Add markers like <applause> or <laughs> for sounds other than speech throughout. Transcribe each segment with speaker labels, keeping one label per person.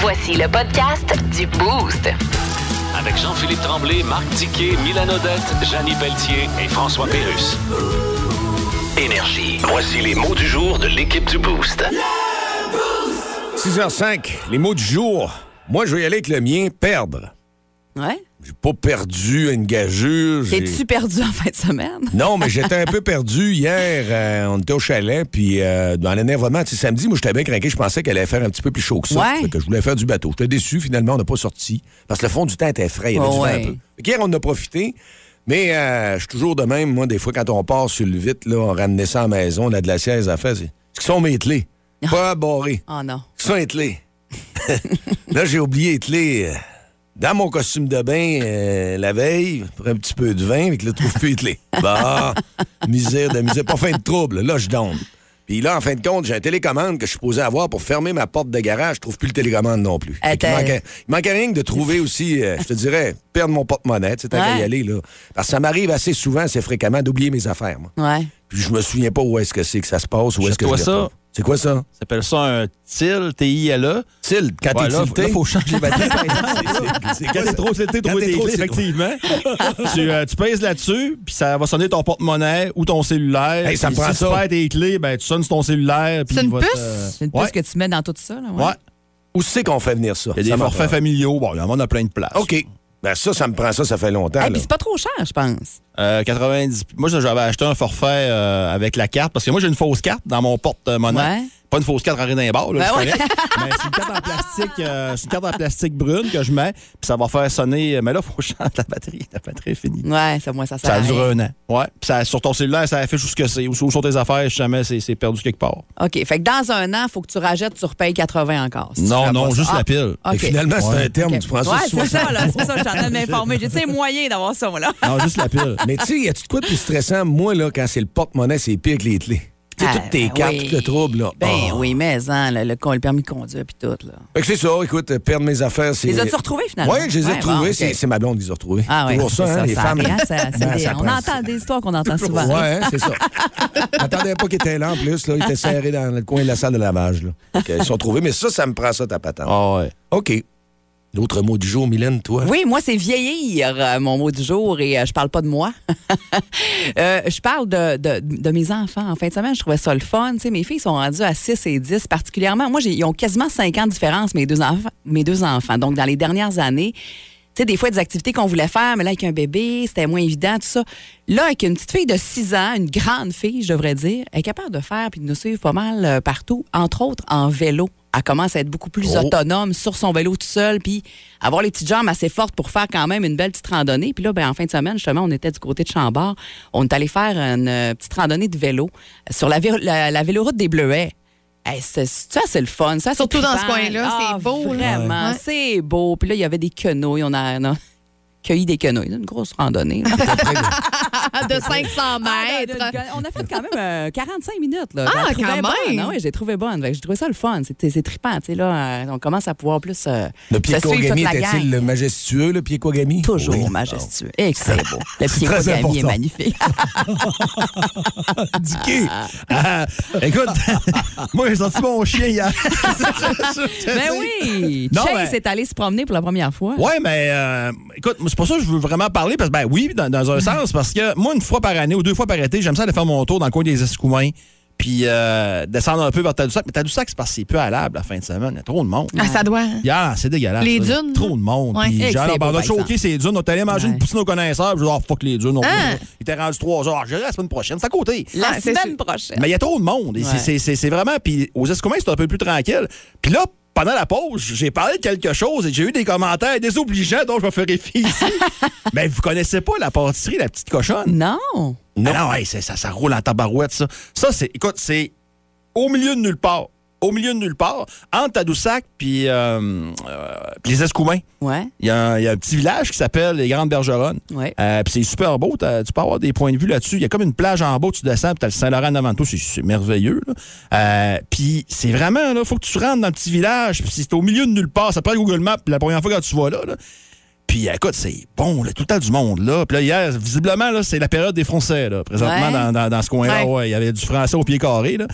Speaker 1: Voici le podcast du Boost.
Speaker 2: Avec Jean-Philippe Tremblay, Marc Tiquet, Milan Odette, Janine Pelletier et François Pérus. Énergie. Voici les mots du jour de l'équipe du Boost.
Speaker 3: 6h05, les mots du jour. Moi, je vais y aller avec le mien, perdre.
Speaker 4: Ouais.
Speaker 3: J'ai pas perdu une gageure. j'ai-
Speaker 4: T'es-tu perdu en fin de semaine?
Speaker 3: Non, mais j'étais un peu perdu hier. euh, on était au chalet, puis euh, dans l'enèvrement, tu sais, samedi, moi, j'étais bien craqué. Je pensais qu'elle allait faire un petit peu plus chaud que ça.
Speaker 4: Ouais.
Speaker 3: Fait que je voulais faire du bateau. J'étais déçu, finalement, on n'a pas sorti. Parce que le fond du temps était frais. Il y avait du vent
Speaker 4: Ouais.
Speaker 3: un peu. Fait qu'hier, on en a profité. Mais euh, je suis toujours de même. Moi, des fois, quand on part sur le vite, là, on ramenait ça à la maison, la glacière, à faire. C'est ce qui sont mes clés. Pas barré.
Speaker 4: Oh non.
Speaker 3: Ça, les clés. là, j'ai oublié les clés euh, dans mon costume de bain euh, la veille, pour un petit peu de vin, avec le trouve plus les clés. Bah, misère de misère, pas fin de trouble. Là, je donne. Puis là, en fin de compte, j'ai un télécommande que je suis posé avoir pour fermer ma porte de garage. Je trouve plus le télécommande non plus. Fait qu'il
Speaker 4: Attends.
Speaker 3: manquait- Il manquait rien que de trouver aussi, euh, je te dirais, perdre mon porte-monnaie, tu sais, tant qu'à y
Speaker 4: Ouais.
Speaker 3: aller, là. Parce que ça m'arrive assez souvent, assez fréquemment, d'oublier mes affaires, moi.
Speaker 4: Ouais.
Speaker 3: Puis je me souviens pas où est-ce que c'est que ça se passe, où est-ce que je
Speaker 5: Jette-toi
Speaker 3: les
Speaker 5: ça.
Speaker 3: retrouve. C'est quoi ça?
Speaker 5: Ça s'appelle ça un TIL, T-I-L-E.
Speaker 3: Til, quand
Speaker 5: Ouais,
Speaker 3: t'es
Speaker 5: là,
Speaker 3: tilté-
Speaker 5: là,
Speaker 3: <laughs>
Speaker 5: faut changer les batteries. Quand t'es trop
Speaker 3: t'es
Speaker 5: tilté, trouver des
Speaker 3: trop
Speaker 5: clés,
Speaker 3: tilté.
Speaker 5: effectivement. <laughs> tu, euh, tu pèses là-dessus, puis ça va sonner ton porte-monnaie ou ton cellulaire.
Speaker 3: Hey, ça
Speaker 5: Puis
Speaker 3: prend
Speaker 5: si tu
Speaker 3: ça.
Speaker 5: perds tes clés, ben, tu sonnes sur ton cellulaire. puis
Speaker 4: C'est
Speaker 5: il
Speaker 4: une
Speaker 5: va
Speaker 4: puce?
Speaker 5: te- euh,
Speaker 4: C'est une puce
Speaker 5: Ouais.
Speaker 4: que tu mets dans tout ça, là.
Speaker 5: Ouais.
Speaker 3: Où c'est qu'on fait venir ça?
Speaker 5: Il y
Speaker 3: Ça
Speaker 5: a des
Speaker 3: me
Speaker 5: forfaits
Speaker 3: prend.
Speaker 5: familiaux. Bon, là, on a plein de places.
Speaker 3: OK. Ben ça, ça me prend ça, ça fait longtemps.
Speaker 4: Et
Speaker 3: là.
Speaker 4: puis c'est pas trop cher, je pense.
Speaker 5: Euh, 90. Moi, j'avais acheté un forfait euh, avec la carte parce que moi, j'ai une fausse carte dans mon porte-monnaie.
Speaker 4: Ouais.
Speaker 5: Pas une fausse carte en d'un bar, là,
Speaker 4: Ben
Speaker 5: je
Speaker 4: ouais. <laughs>
Speaker 5: connais. Mais c'est une carte en plastique, euh, c'est une carte en plastique brune que je mets, puis ça va faire sonner. Mais là, faut changer la batterie. La batterie est finie.
Speaker 4: Ouais, ça, moi, ça sert.
Speaker 5: Ça
Speaker 4: à
Speaker 5: dure
Speaker 4: rien.
Speaker 5: un an. Ouais. Puis ça, sur ton cellulaire, ça affiche où ce que c'est, où, où sont tes affaires, si jamais c'est c'est perdu quelque part.
Speaker 4: OK. Fait que dans un an, faut que tu rajettes, tu repayes 80 encore. si tu
Speaker 5: Non,
Speaker 4: fais
Speaker 5: non,
Speaker 4: pas
Speaker 5: juste
Speaker 4: ça.
Speaker 5: la pile.
Speaker 4: Ah,
Speaker 3: Et
Speaker 4: OK.
Speaker 3: finalement, c'est
Speaker 5: Ouais.
Speaker 3: un terme,
Speaker 4: OK.
Speaker 3: tu prends ça
Speaker 4: ouais,
Speaker 3: sur
Speaker 4: c'est
Speaker 3: soi.
Speaker 4: ça, là. C'est pour ça que je suis en train de m'informer. J'ai, tu sais, moyen d'avoir ça, moi, là.
Speaker 5: Non, juste la pile.
Speaker 3: <laughs> Mais tu sais, y a-tu de quoi de plus stressant? Moi, là, quand c'est le porte-monnaie, c'est pire que les clés. Tu sais,
Speaker 4: Ah,
Speaker 3: toutes tes
Speaker 4: ben
Speaker 3: cartes,
Speaker 4: oui.
Speaker 3: tout le trouble, là.
Speaker 4: Ben
Speaker 3: Ah.
Speaker 4: oui, mais hein, le, le, con- le permis de conduire puis tout, là.
Speaker 3: Fait que c'est ça, écoute, euh, perdre mes affaires, c'est...
Speaker 4: Les as-tu retrouvés, finalement?
Speaker 3: Oui, je les ai
Speaker 4: Ouais,
Speaker 3: retrouvés.
Speaker 4: bon, OK.
Speaker 3: c'est, c'est ma blonde qui les a retrouvés.
Speaker 4: Ah oui,
Speaker 3: Toujours ça, hein, les femmes.
Speaker 4: arrive, hein, ça-
Speaker 3: <laughs>
Speaker 4: c'est
Speaker 3: Ben,
Speaker 4: des-
Speaker 3: ça
Speaker 4: on
Speaker 3: prend-
Speaker 4: entend des histoires qu'on entend souvent.
Speaker 3: Ouais, hein, c'est ça. J'attendais pas qu'il était là, en plus. Là, il était serré dans le coin de la salle de lavage. Là. Fait que, ils sont trouvés, mais ça, ça me prend ça, ta patente.
Speaker 5: Ah ouais.
Speaker 3: OK. L'autre mot du jour, Mylène, toi?
Speaker 4: Oui, moi, c'est vieillir, euh, mon mot du jour, et euh, je parle pas de moi. <laughs> Euh, je parle de, de- de mes enfants. En fin de semaine, je trouvais ça le fun. Tu sais, mes filles sont rendues à 6 et 10, particulièrement. Moi, j'ai- ils ont quasiment 5 ans de différence, mes deux, enfants, mes deux enfants. Donc, dans les dernières années, tu sais, des fois, des activités qu'on voulait faire, mais là, avec un bébé, c'était moins évident, tout ça. Là, avec une petite fille de 6 ans, une grande fille, je devrais dire, elle est capable de faire puis de nous suivre pas mal euh, partout, entre autres en vélo. Elle commence à être beaucoup plus
Speaker 3: Oh.
Speaker 4: autonome sur son vélo tout seul, puis avoir les petites jambes assez fortes pour faire quand même une belle petite randonnée. Puis là, ben, en fin de semaine, justement, on était du côté de Chambord. On est allé faire une euh, petite randonnée de vélo euh, sur la, vé- la- la véloroute des Bleuets. Hey, c'est- ça, c'est le fun. Ça, c'est
Speaker 6: Surtout dans ce
Speaker 4: trippant.
Speaker 6: coin-là,
Speaker 4: Ah,
Speaker 6: c'est beau, là.
Speaker 4: Vraiment,
Speaker 6: Ouais.
Speaker 4: c'est beau. Puis là, il y avait des quenouilles. On a, <laughs> on a cueilli des quenouilles. Une grosse randonnée. là.
Speaker 6: de 500
Speaker 4: Ah, de- de-
Speaker 6: mètres.
Speaker 4: de- on a fait quand même euh, 45 minutes. Là.
Speaker 6: Ah,
Speaker 4: Je la trouvais
Speaker 6: quand
Speaker 4: bonne.
Speaker 6: même!
Speaker 4: Ah ouais, j'ai trouvé bonne. Fait que J'ai trouvé ça le fun. C'est c'est trippant. tu sais, Là, euh, on commence à pouvoir plus. euh,
Speaker 3: Le pied
Speaker 4: se suivre toute la
Speaker 3: était-il
Speaker 4: gang.
Speaker 3: le majestueux, le pied Kogami?
Speaker 4: Toujours
Speaker 3: Oui.
Speaker 4: majestueux. Et que c'est beau. Le
Speaker 3: C'est
Speaker 4: pied
Speaker 3: très
Speaker 4: Kogami est
Speaker 3: important.
Speaker 5: <laughs>
Speaker 4: magnifique.
Speaker 5: Dicky. Ah, écoute, <laughs> moi, j'ai sorti mon chien hier.
Speaker 4: Mais Ben oui!
Speaker 5: Non,
Speaker 4: Chase
Speaker 5: mais-
Speaker 4: est allé se promener pour la première fois.
Speaker 5: Ouais, mais euh, écoute, moi, c'est pour ça que je veux vraiment parler. Parce que, ben oui, dans, dans un sens, parce que moi, une fois par année ou deux fois par été, j'aime ça aller faire mon tour dans le coin des Escoumins, puis euh, descendre un peu vers Tadoussac. Mais Tadoussac, c'est parce que c'est peu halable la fin de semaine. Il y a trop de monde.
Speaker 6: Ah, ça doit.
Speaker 5: Yeah, c'est dégueulasse.
Speaker 6: Les
Speaker 5: ça.
Speaker 6: dunes,
Speaker 5: Trop de monde.
Speaker 6: Ouais.
Speaker 5: Puis
Speaker 4: Et
Speaker 5: genre,
Speaker 4: que c'est
Speaker 5: ben,
Speaker 4: beau,
Speaker 5: on a
Speaker 4: par
Speaker 5: choqué ces dunes. On est allé manger
Speaker 4: Ouais.
Speaker 5: une poutine aux connaisseurs. puis Je dis, oh, fuck les dunes. on-
Speaker 6: Hein?
Speaker 5: Il était rendu 3 heures. Je dirais la semaine prochaine. C'est à côté.
Speaker 4: La
Speaker 6: Ah, c'est
Speaker 4: semaine
Speaker 6: sûr.
Speaker 4: prochaine.
Speaker 5: Mais il y a trop de monde. Et c'est-
Speaker 4: Ouais.
Speaker 5: c'est- C'est c'est vraiment. Puis aux Escoumins, c'est un peu plus tranquille. Puis là, pendant la pause, j'ai parlé de quelque chose et j'ai eu des commentaires désobligeants dont je me ferai fi ici.
Speaker 4: <laughs>
Speaker 5: Mais vous connaissez pas la pâtisserie, la petite cochonne?
Speaker 4: Non!
Speaker 5: Non, Ah non hey, c'est- ça, ça roule en tabarouette, ça. Ça, c'est. Écoute, c'est au milieu de nulle part. Au milieu de nulle part, entre Tadoussac puis euh, euh, puis les Escoumins.
Speaker 4: Ouais.
Speaker 5: Il y, a un- il y a un petit village qui s'appelle les Grandes Bergeronnes.
Speaker 4: Ouais.
Speaker 5: Euh, puis c'est super beau. t'as- Tu peux avoir des points de vue là-dessus. Il y a comme une plage en bas, tu descends, puis tu as le Saint-Laurent devant toi. C'est- C'est merveilleux. là. Euh, puis c'est vraiment, là, faut que tu rentres dans le petit village. Puis c'est au milieu de nulle part. Ça te prend Google Maps la première fois quand tu vas là. là. Puis écoute, c'est bon, là, tout le temps du monde. là. Puis là, hier, visiblement, là, c'est la période des Français, là, présentement,
Speaker 4: Ouais.
Speaker 5: dans, dans- dans ce coin-là.
Speaker 6: Ouais.
Speaker 5: Ouais, Il y avait du Français au pied carré. là.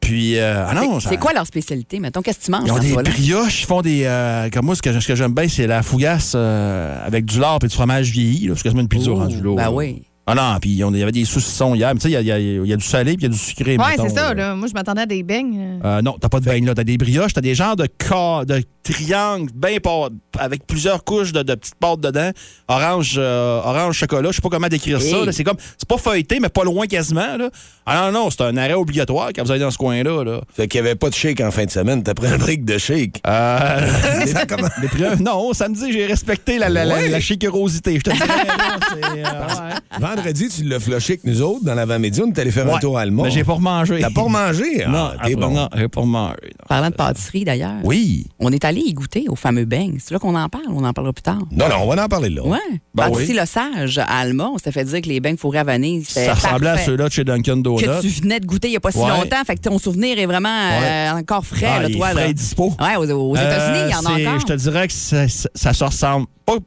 Speaker 5: Puis, euh, ah non, ça-
Speaker 4: C'est quoi leur spécialité, mettons? Qu'est-ce que tu manges
Speaker 5: Ils ont
Speaker 4: dans
Speaker 5: des
Speaker 4: ce là
Speaker 5: brioches, ils font des. euh, comme moi, ce que, ce que j'aime bien, c'est la fougasse euh, avec du lard et du fromage vieilli. là, C'est quasiment une pizza
Speaker 4: Oh,
Speaker 5: rendue hein, là.
Speaker 4: ben oui.
Speaker 5: Ah non, puis ils ont- il y avait des saucissons hier. mais Tu sais, il y a- il y, a- il y a du salé puis il y a du sucré.
Speaker 6: Ouais,
Speaker 5: mettons,
Speaker 6: c'est ça,
Speaker 5: euh,
Speaker 6: là. Moi, je m'attendais à des beignes.
Speaker 5: euh, non, t'as pas de beignes là. T'as des brioches, t'as des genres de corps, de triangles, bien pas- avec plusieurs couches de, de petites pâtes dedans. Orange, euh, orange chocolat. Je sais pas comment décrire ça.
Speaker 4: Hey.
Speaker 5: là. C'est comme, c'est pas feuilleté, mais pas loin quasiment. Là. Ah non, non, c'est un arrêt obligatoire quand vous allez dans ce coin-là. Là.
Speaker 3: Fait qu'il n'y avait pas de shake en fin de semaine. T'as pris un break de shake. <laughs>
Speaker 5: Euh,
Speaker 3: Les- comment-
Speaker 5: les brioches- <laughs> non, samedi, j'ai respecté la, la, la-
Speaker 3: Ouais.
Speaker 5: la chicurosité. Je te dirais, là, c'est, euh, ouais. <laughs>
Speaker 3: Vendredi, tu l'as flushé avec nous autres dans l'avant-midi. On est allé faire un
Speaker 5: Ouais,
Speaker 3: tour à Alma.
Speaker 5: Mais j'ai pas remangé.
Speaker 3: T'as pas remangé? Ah,
Speaker 5: Non,
Speaker 3: t'es
Speaker 5: après-
Speaker 3: bon.
Speaker 5: non, j'ai pas remangé. non.
Speaker 4: Parlant de pâtisserie, d'ailleurs.
Speaker 5: Oui.
Speaker 4: On est allé y goûter au fameux beigne. C'est là qu'on en parle. On en parlera plus tard.
Speaker 3: Non, non, on va en parler là.
Speaker 4: Ouais.
Speaker 5: Ben
Speaker 4: Pâtisserie
Speaker 5: oui.
Speaker 4: Le Sage à Alma, on s'était fait dire que les beignes fourrés à vanille, c'était
Speaker 5: Ça ressemblait à
Speaker 4: Eh, parfait.
Speaker 5: ceux-là de chez Dunkin' Donuts.
Speaker 4: que tu venais de goûter il n'y a pas si
Speaker 5: Ouais.
Speaker 4: longtemps. Fait que ton souvenir est vraiment euh, encore frais,
Speaker 5: Ah,
Speaker 4: là,
Speaker 5: il est
Speaker 4: toi. là.
Speaker 5: frais et dispo.
Speaker 4: Ouais, aux, aux États-Unis, il y en a
Speaker 5: Euh, c'est-
Speaker 4: encore.
Speaker 5: Je te dirais que ça, ça- ça se ressemble. pas-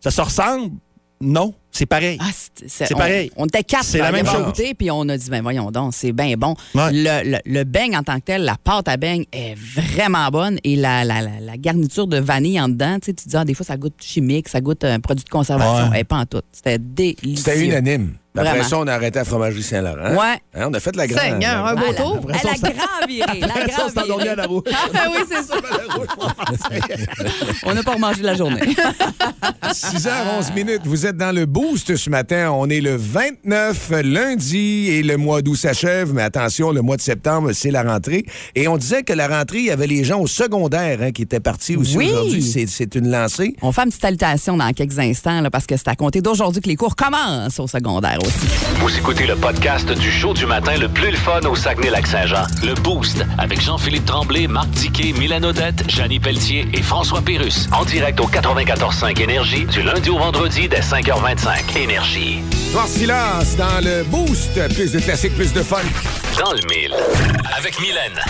Speaker 5: ça se ressemble? Non, c'est pareil. <laughs>
Speaker 4: Ah, c'est-
Speaker 5: C'est
Speaker 4: on-
Speaker 5: pareil.
Speaker 4: On était quatre
Speaker 5: C'est la
Speaker 4: à
Speaker 5: même
Speaker 4: l'avoir
Speaker 5: chose.
Speaker 4: goûté, puis on a dit, ben voyons donc, c'est bien bon.
Speaker 5: Ouais.
Speaker 4: Le, le, le beigne en tant que tel, la pâte à beigne est vraiment bonne et la, la, la, la garniture de vanille en dedans, tu sais, tu te dis, ah, des fois, ça goûte chimique, ça goûte un produit de conservation.
Speaker 5: Ouais.
Speaker 4: Eh, pas en tout. C'était délicieux.
Speaker 3: C'était unanime. Après
Speaker 4: Vraiment.
Speaker 3: ça, on a arrêté à Fromagerie Saint-Laurent.
Speaker 4: Ouais.
Speaker 3: Hein, on a fait de la
Speaker 5: Ah,
Speaker 3: grande. <laughs>
Speaker 5: ben,
Speaker 6: Seigneur, un beau tour.
Speaker 4: Elle a grand
Speaker 5: <laughs>
Speaker 4: viré. La
Speaker 5: Ça,
Speaker 4: grand
Speaker 5: c'est endormi
Speaker 4: virée.
Speaker 5: à la roue.
Speaker 6: Ah, oui, c'est ça.
Speaker 4: <laughs> On n'a pas remangé de la journée.
Speaker 3: 6h11 minutes, vous êtes dans le boost ce matin. On est le 29 lundi et le mois d'août s'achève, mais attention, le mois de septembre, c'est la rentrée. Et on disait que la rentrée, il y avait les gens au secondaire hein, qui étaient partis aussi
Speaker 4: Oui.
Speaker 3: aujourd'hui. C'est c'est une lancée.
Speaker 4: <laughs> On fait une petite salutation dans quelques instants là, parce que c'est à compter d'aujourd'hui que les cours commencent au secondaire aussi.
Speaker 2: Vous écoutez le podcast du show du matin le plus le fun au Saguenay-Lac-Saint-Jean. Le Boost avec Jean-Philippe Tremblay, Marc Diquet, Milan Odette, Janine Pelletier et François Pérus. En direct au 94.5 Énergie du lundi au vendredi dès 5h25. Énergie.
Speaker 3: Noir silence dans le boost. Plus de classiques, plus de fun.
Speaker 2: Dans le mille. Avec Mylène.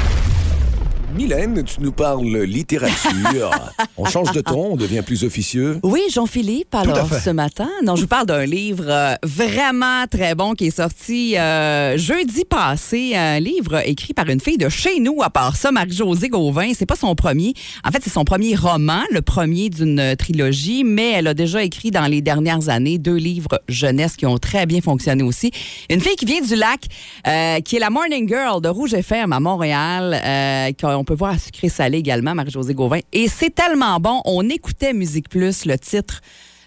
Speaker 3: Mylène, tu nous parles <laughs> littérature. on change de ton, on devient plus officieux.
Speaker 4: Oui, Jean-Philippe, alors ce matin, non, je vous parle d'un livre euh, vraiment très bon qui est sorti euh, jeudi passé, un livre écrit par une fille de chez nous, à part ça, Marie-Josée Gauvin, c'est pas son premier, en fait c'est son premier roman, le premier d'une trilogie, mais elle a déjà écrit dans les dernières années deux livres jeunesse qui ont très bien fonctionné aussi. Une fille qui vient du lac, euh, qui est la Morning Girl de Rouge FM à Montréal, euh, qu'on peut voir à Sucré Salé également, Marie-Josée Gauvin. Et c'est tellement bon. On écoutait Musique Plus, le titre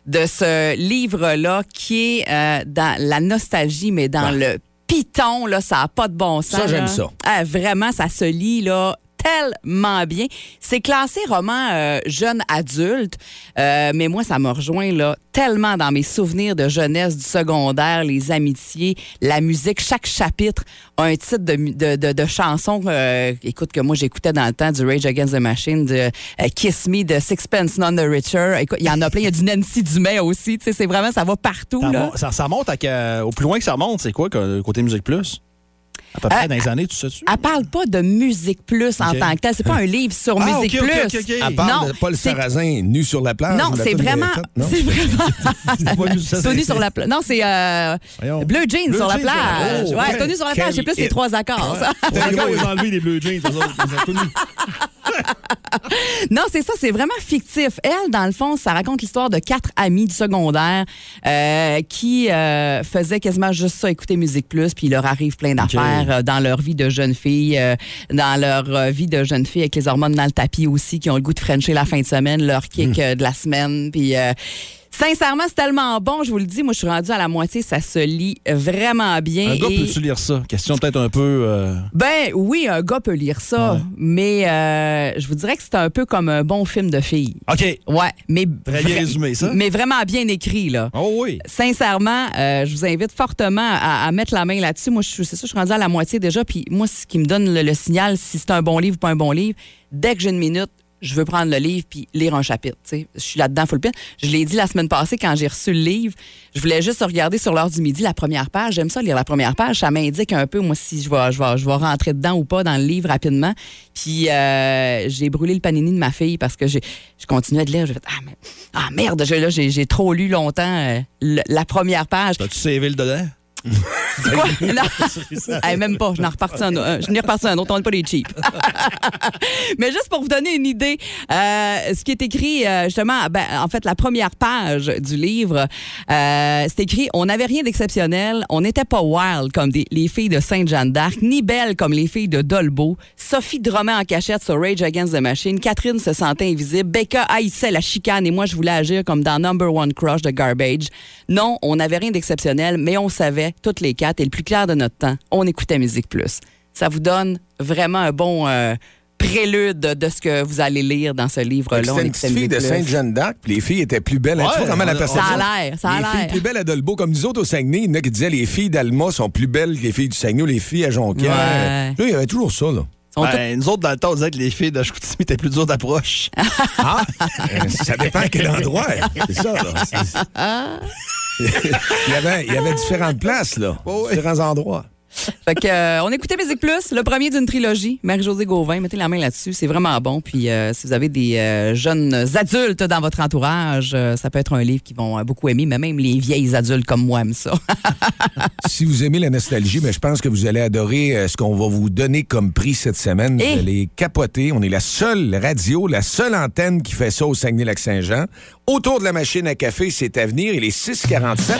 Speaker 4: de ce livre-là, qui est euh, dans la nostalgie, mais dans le piton, là, ça n'a pas de bon sens.
Speaker 3: Ça, j'aime
Speaker 4: là.
Speaker 3: ça.
Speaker 4: Ah, vraiment, ça se lit, là tellement bien. C'est classé roman euh, jeune adulte, euh, mais moi, ça m'a rejoint là, tellement dans mes souvenirs de jeunesse, du secondaire, les amitiés, la musique. Chaque chapitre a un titre de, mu- de, de, de chanson, euh, écoute, que moi, j'écoutais dans le temps du Rage Against the Machine, de euh, Kiss Me, de Sixpence None the Richer. Écoute, il y en a plein. Il y a du Nancy Dumais aussi. Tu sais, c'est vraiment, ça va partout.
Speaker 5: Ça,
Speaker 4: là.
Speaker 5: mon- ça- ça monte à que- au plus loin que ça monte, c'est quoi, que- côté Musique Plus? À
Speaker 4: Euh,
Speaker 5: peu près dans les années, tu sais-tu?
Speaker 4: Elle parle pas de musique plus en
Speaker 5: Ok.
Speaker 4: tant que telle. C'est pas un livre sur
Speaker 5: Ah,
Speaker 4: musique
Speaker 5: ok, ok,
Speaker 4: plus.
Speaker 5: ok, ok.
Speaker 3: À part
Speaker 4: Non,
Speaker 3: de Paul
Speaker 4: c'est-
Speaker 3: Sarrazin, nu sur la plage.
Speaker 4: Non,
Speaker 3: la
Speaker 4: c'est
Speaker 3: toune qu'elle avait
Speaker 4: vraiment.
Speaker 3: faite, non? <laughs>
Speaker 4: C'est vraiment.
Speaker 5: C'est pas du- ça,
Speaker 4: euh, Tony
Speaker 5: c'est-
Speaker 4: sur la plage. Non, c'est euh,
Speaker 5: Voyons.
Speaker 4: Bleu Jeans
Speaker 5: Bleu
Speaker 4: sur la
Speaker 5: Jeans sur la-
Speaker 4: plage.
Speaker 5: Oh,
Speaker 4: ouais,
Speaker 5: quel-
Speaker 4: Tony sur la plage, c'est plus
Speaker 3: quel
Speaker 4: les trois accords. ça.
Speaker 5: T'as encore les enlevé, les bleus jeans, eux autres, ils ont tout mis.
Speaker 4: Non, c'est ça, c'est vraiment fictif. Elle, dans le fond, ça raconte l'histoire de quatre amis du secondaire euh, qui euh, faisaient quasiment juste ça, écouter Musique Plus, puis il leur arrive plein d'affaires euh, dans leur vie de jeune fille, euh, dans leur euh, vie de jeune fille avec les hormones dans le tapis aussi, qui ont le goût de frencher la fin de semaine, leur kick
Speaker 5: Hmm.
Speaker 4: euh, de la semaine, puis... euh, Sincèrement, c'est tellement bon, je vous le dis. Moi, je suis rendue à la moitié, ça se lit vraiment bien.
Speaker 5: Un gars,
Speaker 4: et-
Speaker 5: peux-tu lire ça? Question peut-être un peu. euh,
Speaker 4: ben oui, un gars peut lire ça,
Speaker 5: Ouais.
Speaker 4: mais euh, je vous dirais que c'est un peu comme un bon film de filles.
Speaker 5: OK.
Speaker 4: Ouais, mais
Speaker 5: Très bien
Speaker 4: vra-
Speaker 5: résumé, ça.
Speaker 4: Mais vraiment bien écrit là.
Speaker 5: Oh oui.
Speaker 4: Sincèrement, euh, je vous invite fortement à, à mettre la main là-dessus. Moi, je suis, c'est ça, je suis rendue à la moitié déjà. Puis moi, ce qui me donne le, le signal, si c'est un bon livre ou pas un bon livre, dès que j'ai une minute, je veux prendre le livre puis lire un chapitre. tu sais. Je suis là-dedans full pin. Je l'ai dit la semaine passée quand j'ai reçu le livre. Je voulais juste regarder sur l'heure du midi la première page. J'aime ça lire la première page. Ça m'indique un peu, moi, si je vais, je, vais, je vais rentrer dedans ou pas dans le livre rapidement. Puis euh, j'ai brûlé le panini de ma fille parce que j'ai- je continuais de lire. J'ai fait Ah, mais- ah, <laughs> merde, je- là, j'ai j'ai trop lu longtemps euh, le- la première page.
Speaker 5: T'as-tu sévé le dedans?
Speaker 4: C'est quoi? Non. Hey, même pas. Je n'ai reparti un, euh, je n'ai reparti un autre. On n'est pas les cheap. <laughs> Mais juste pour vous donner une idée, euh, ce qui est écrit, euh, justement, ben, en fait, la première page du livre, euh, c'est écrit On n'avait rien d'exceptionnel. On n'était pas wild comme des- les filles de Sainte-Jeanne d'Arc, ni belles comme les filles de Dolbeau. Sophie dromait en cachette sur Rage Against the Machine. Catherine se sentait invisible. Becca haïssait la chicane et moi, je voulais agir comme dans Number One Crush de Garbage. Non, on n'avait rien d'exceptionnel, mais on savait, toutes les quatre, et le plus clair de notre temps, on écoutait Musique Plus. Ça vous donne vraiment un bon euh, prélude de ce que vous allez lire dans ce livre-là.
Speaker 3: C'était
Speaker 4: On
Speaker 3: une
Speaker 4: écoutait
Speaker 3: petite fille
Speaker 4: Musique
Speaker 3: de
Speaker 4: Plus.
Speaker 3: Sainte-Jeanne d'Arc, puis les filles étaient plus belles. Hein, tu
Speaker 5: Ouais,
Speaker 3: vois comment la
Speaker 5: on-
Speaker 3: perception?
Speaker 4: Ça a l'air, ça a
Speaker 3: Les
Speaker 4: l'air.
Speaker 3: filles plus belles à Dolbeau, comme nous autres au Saguenay, il y en a qui disaient les filles d'Alma sont plus belles que les filles du Saguenay ou les filles à Jonquière.
Speaker 4: Ouais.
Speaker 3: Là, il y avait toujours ça, là.
Speaker 4: Ils sont tous-
Speaker 5: Ben, nous autres, dans le temps, on disait que les filles de Chicoutimi étaient plus dures d'approche.
Speaker 3: Ah! Euh, ça dépend à quel endroit. C'est ça, là.
Speaker 4: <laughs>
Speaker 3: C'est- il, y avait, il y avait différentes places, là.
Speaker 5: Oh
Speaker 3: Différents endroits.
Speaker 4: Fait que, euh, on écoutait Musique Plus, le premier d'une trilogie, Marie-Josée Gauvin. Mettez la main là-dessus, c'est vraiment bon. Puis euh, si vous avez des euh, jeunes adultes dans votre entourage, euh, ça peut être un livre qu'ils vont euh, beaucoup aimer, mais même les vieilles adultes comme moi aiment ça.
Speaker 3: Si vous aimez la nostalgie, mais je pense que vous allez adorer euh, ce qu'on va vous donner comme prix cette semaine.
Speaker 4: Eh!
Speaker 3: Vous allez capoter. On est la seule radio, la seule antenne qui fait ça au Saguenay-Lac-Saint-Jean. Autour de la machine à café, c'est à venir. Il est 6h47.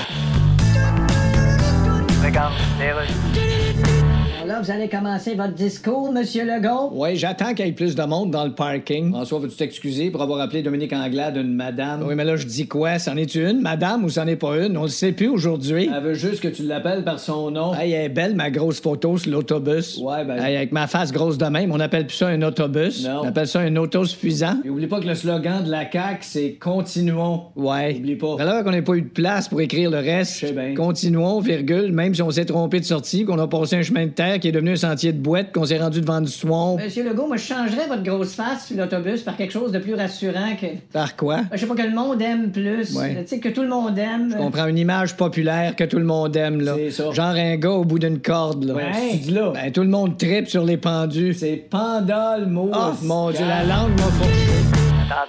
Speaker 7: Alors, vous allez commencer votre discours, Monsieur Legault?
Speaker 8: Oui, j'attends qu'il y ait plus de monde dans le parking. François, veux-tu t'excuser pour avoir appelé Dominique Anglade une madame? Oui, mais là, je dis quoi? C'en est une, madame, ou c'en est pas une? On le sait plus aujourd'hui. Elle veut juste que tu l'appelles par son nom. Hey, elle est belle, ma grosse photo sur l'autobus. Ouais, ben... Hey, avec ma face grosse de même, on n'appelle plus ça un autobus. Non. On appelle ça un autosuffisant. Et oublie pas que le slogan de la CAQ, c'est « Continuons ». Ouais. Oublie pas. Alors qu'on n'a pas eu de place pour écrire le reste, continuons, virgule, même si on s'est trompé de sortie, qu'on a passé un chemin de terre qui est devenu un sentier de boîte, qu'on s'est rendu devant du swamp.
Speaker 7: Monsieur Legault, moi, je changerais votre grosse face sur l'autobus par quelque chose de plus rassurant que.
Speaker 8: Par quoi?
Speaker 7: Je sais pas, que le monde aime plus.
Speaker 8: Ouais.
Speaker 7: Tu sais, que tout le monde aime.
Speaker 8: On prend une image populaire que tout le monde aime, là. Genre un gars au bout d'une corde, là.
Speaker 7: Ouais.
Speaker 8: Tu dis là. Ben, tout le monde tripe sur les pendus. C'est panda, le mot. Oh, mon Dieu, la langue m'a fourché.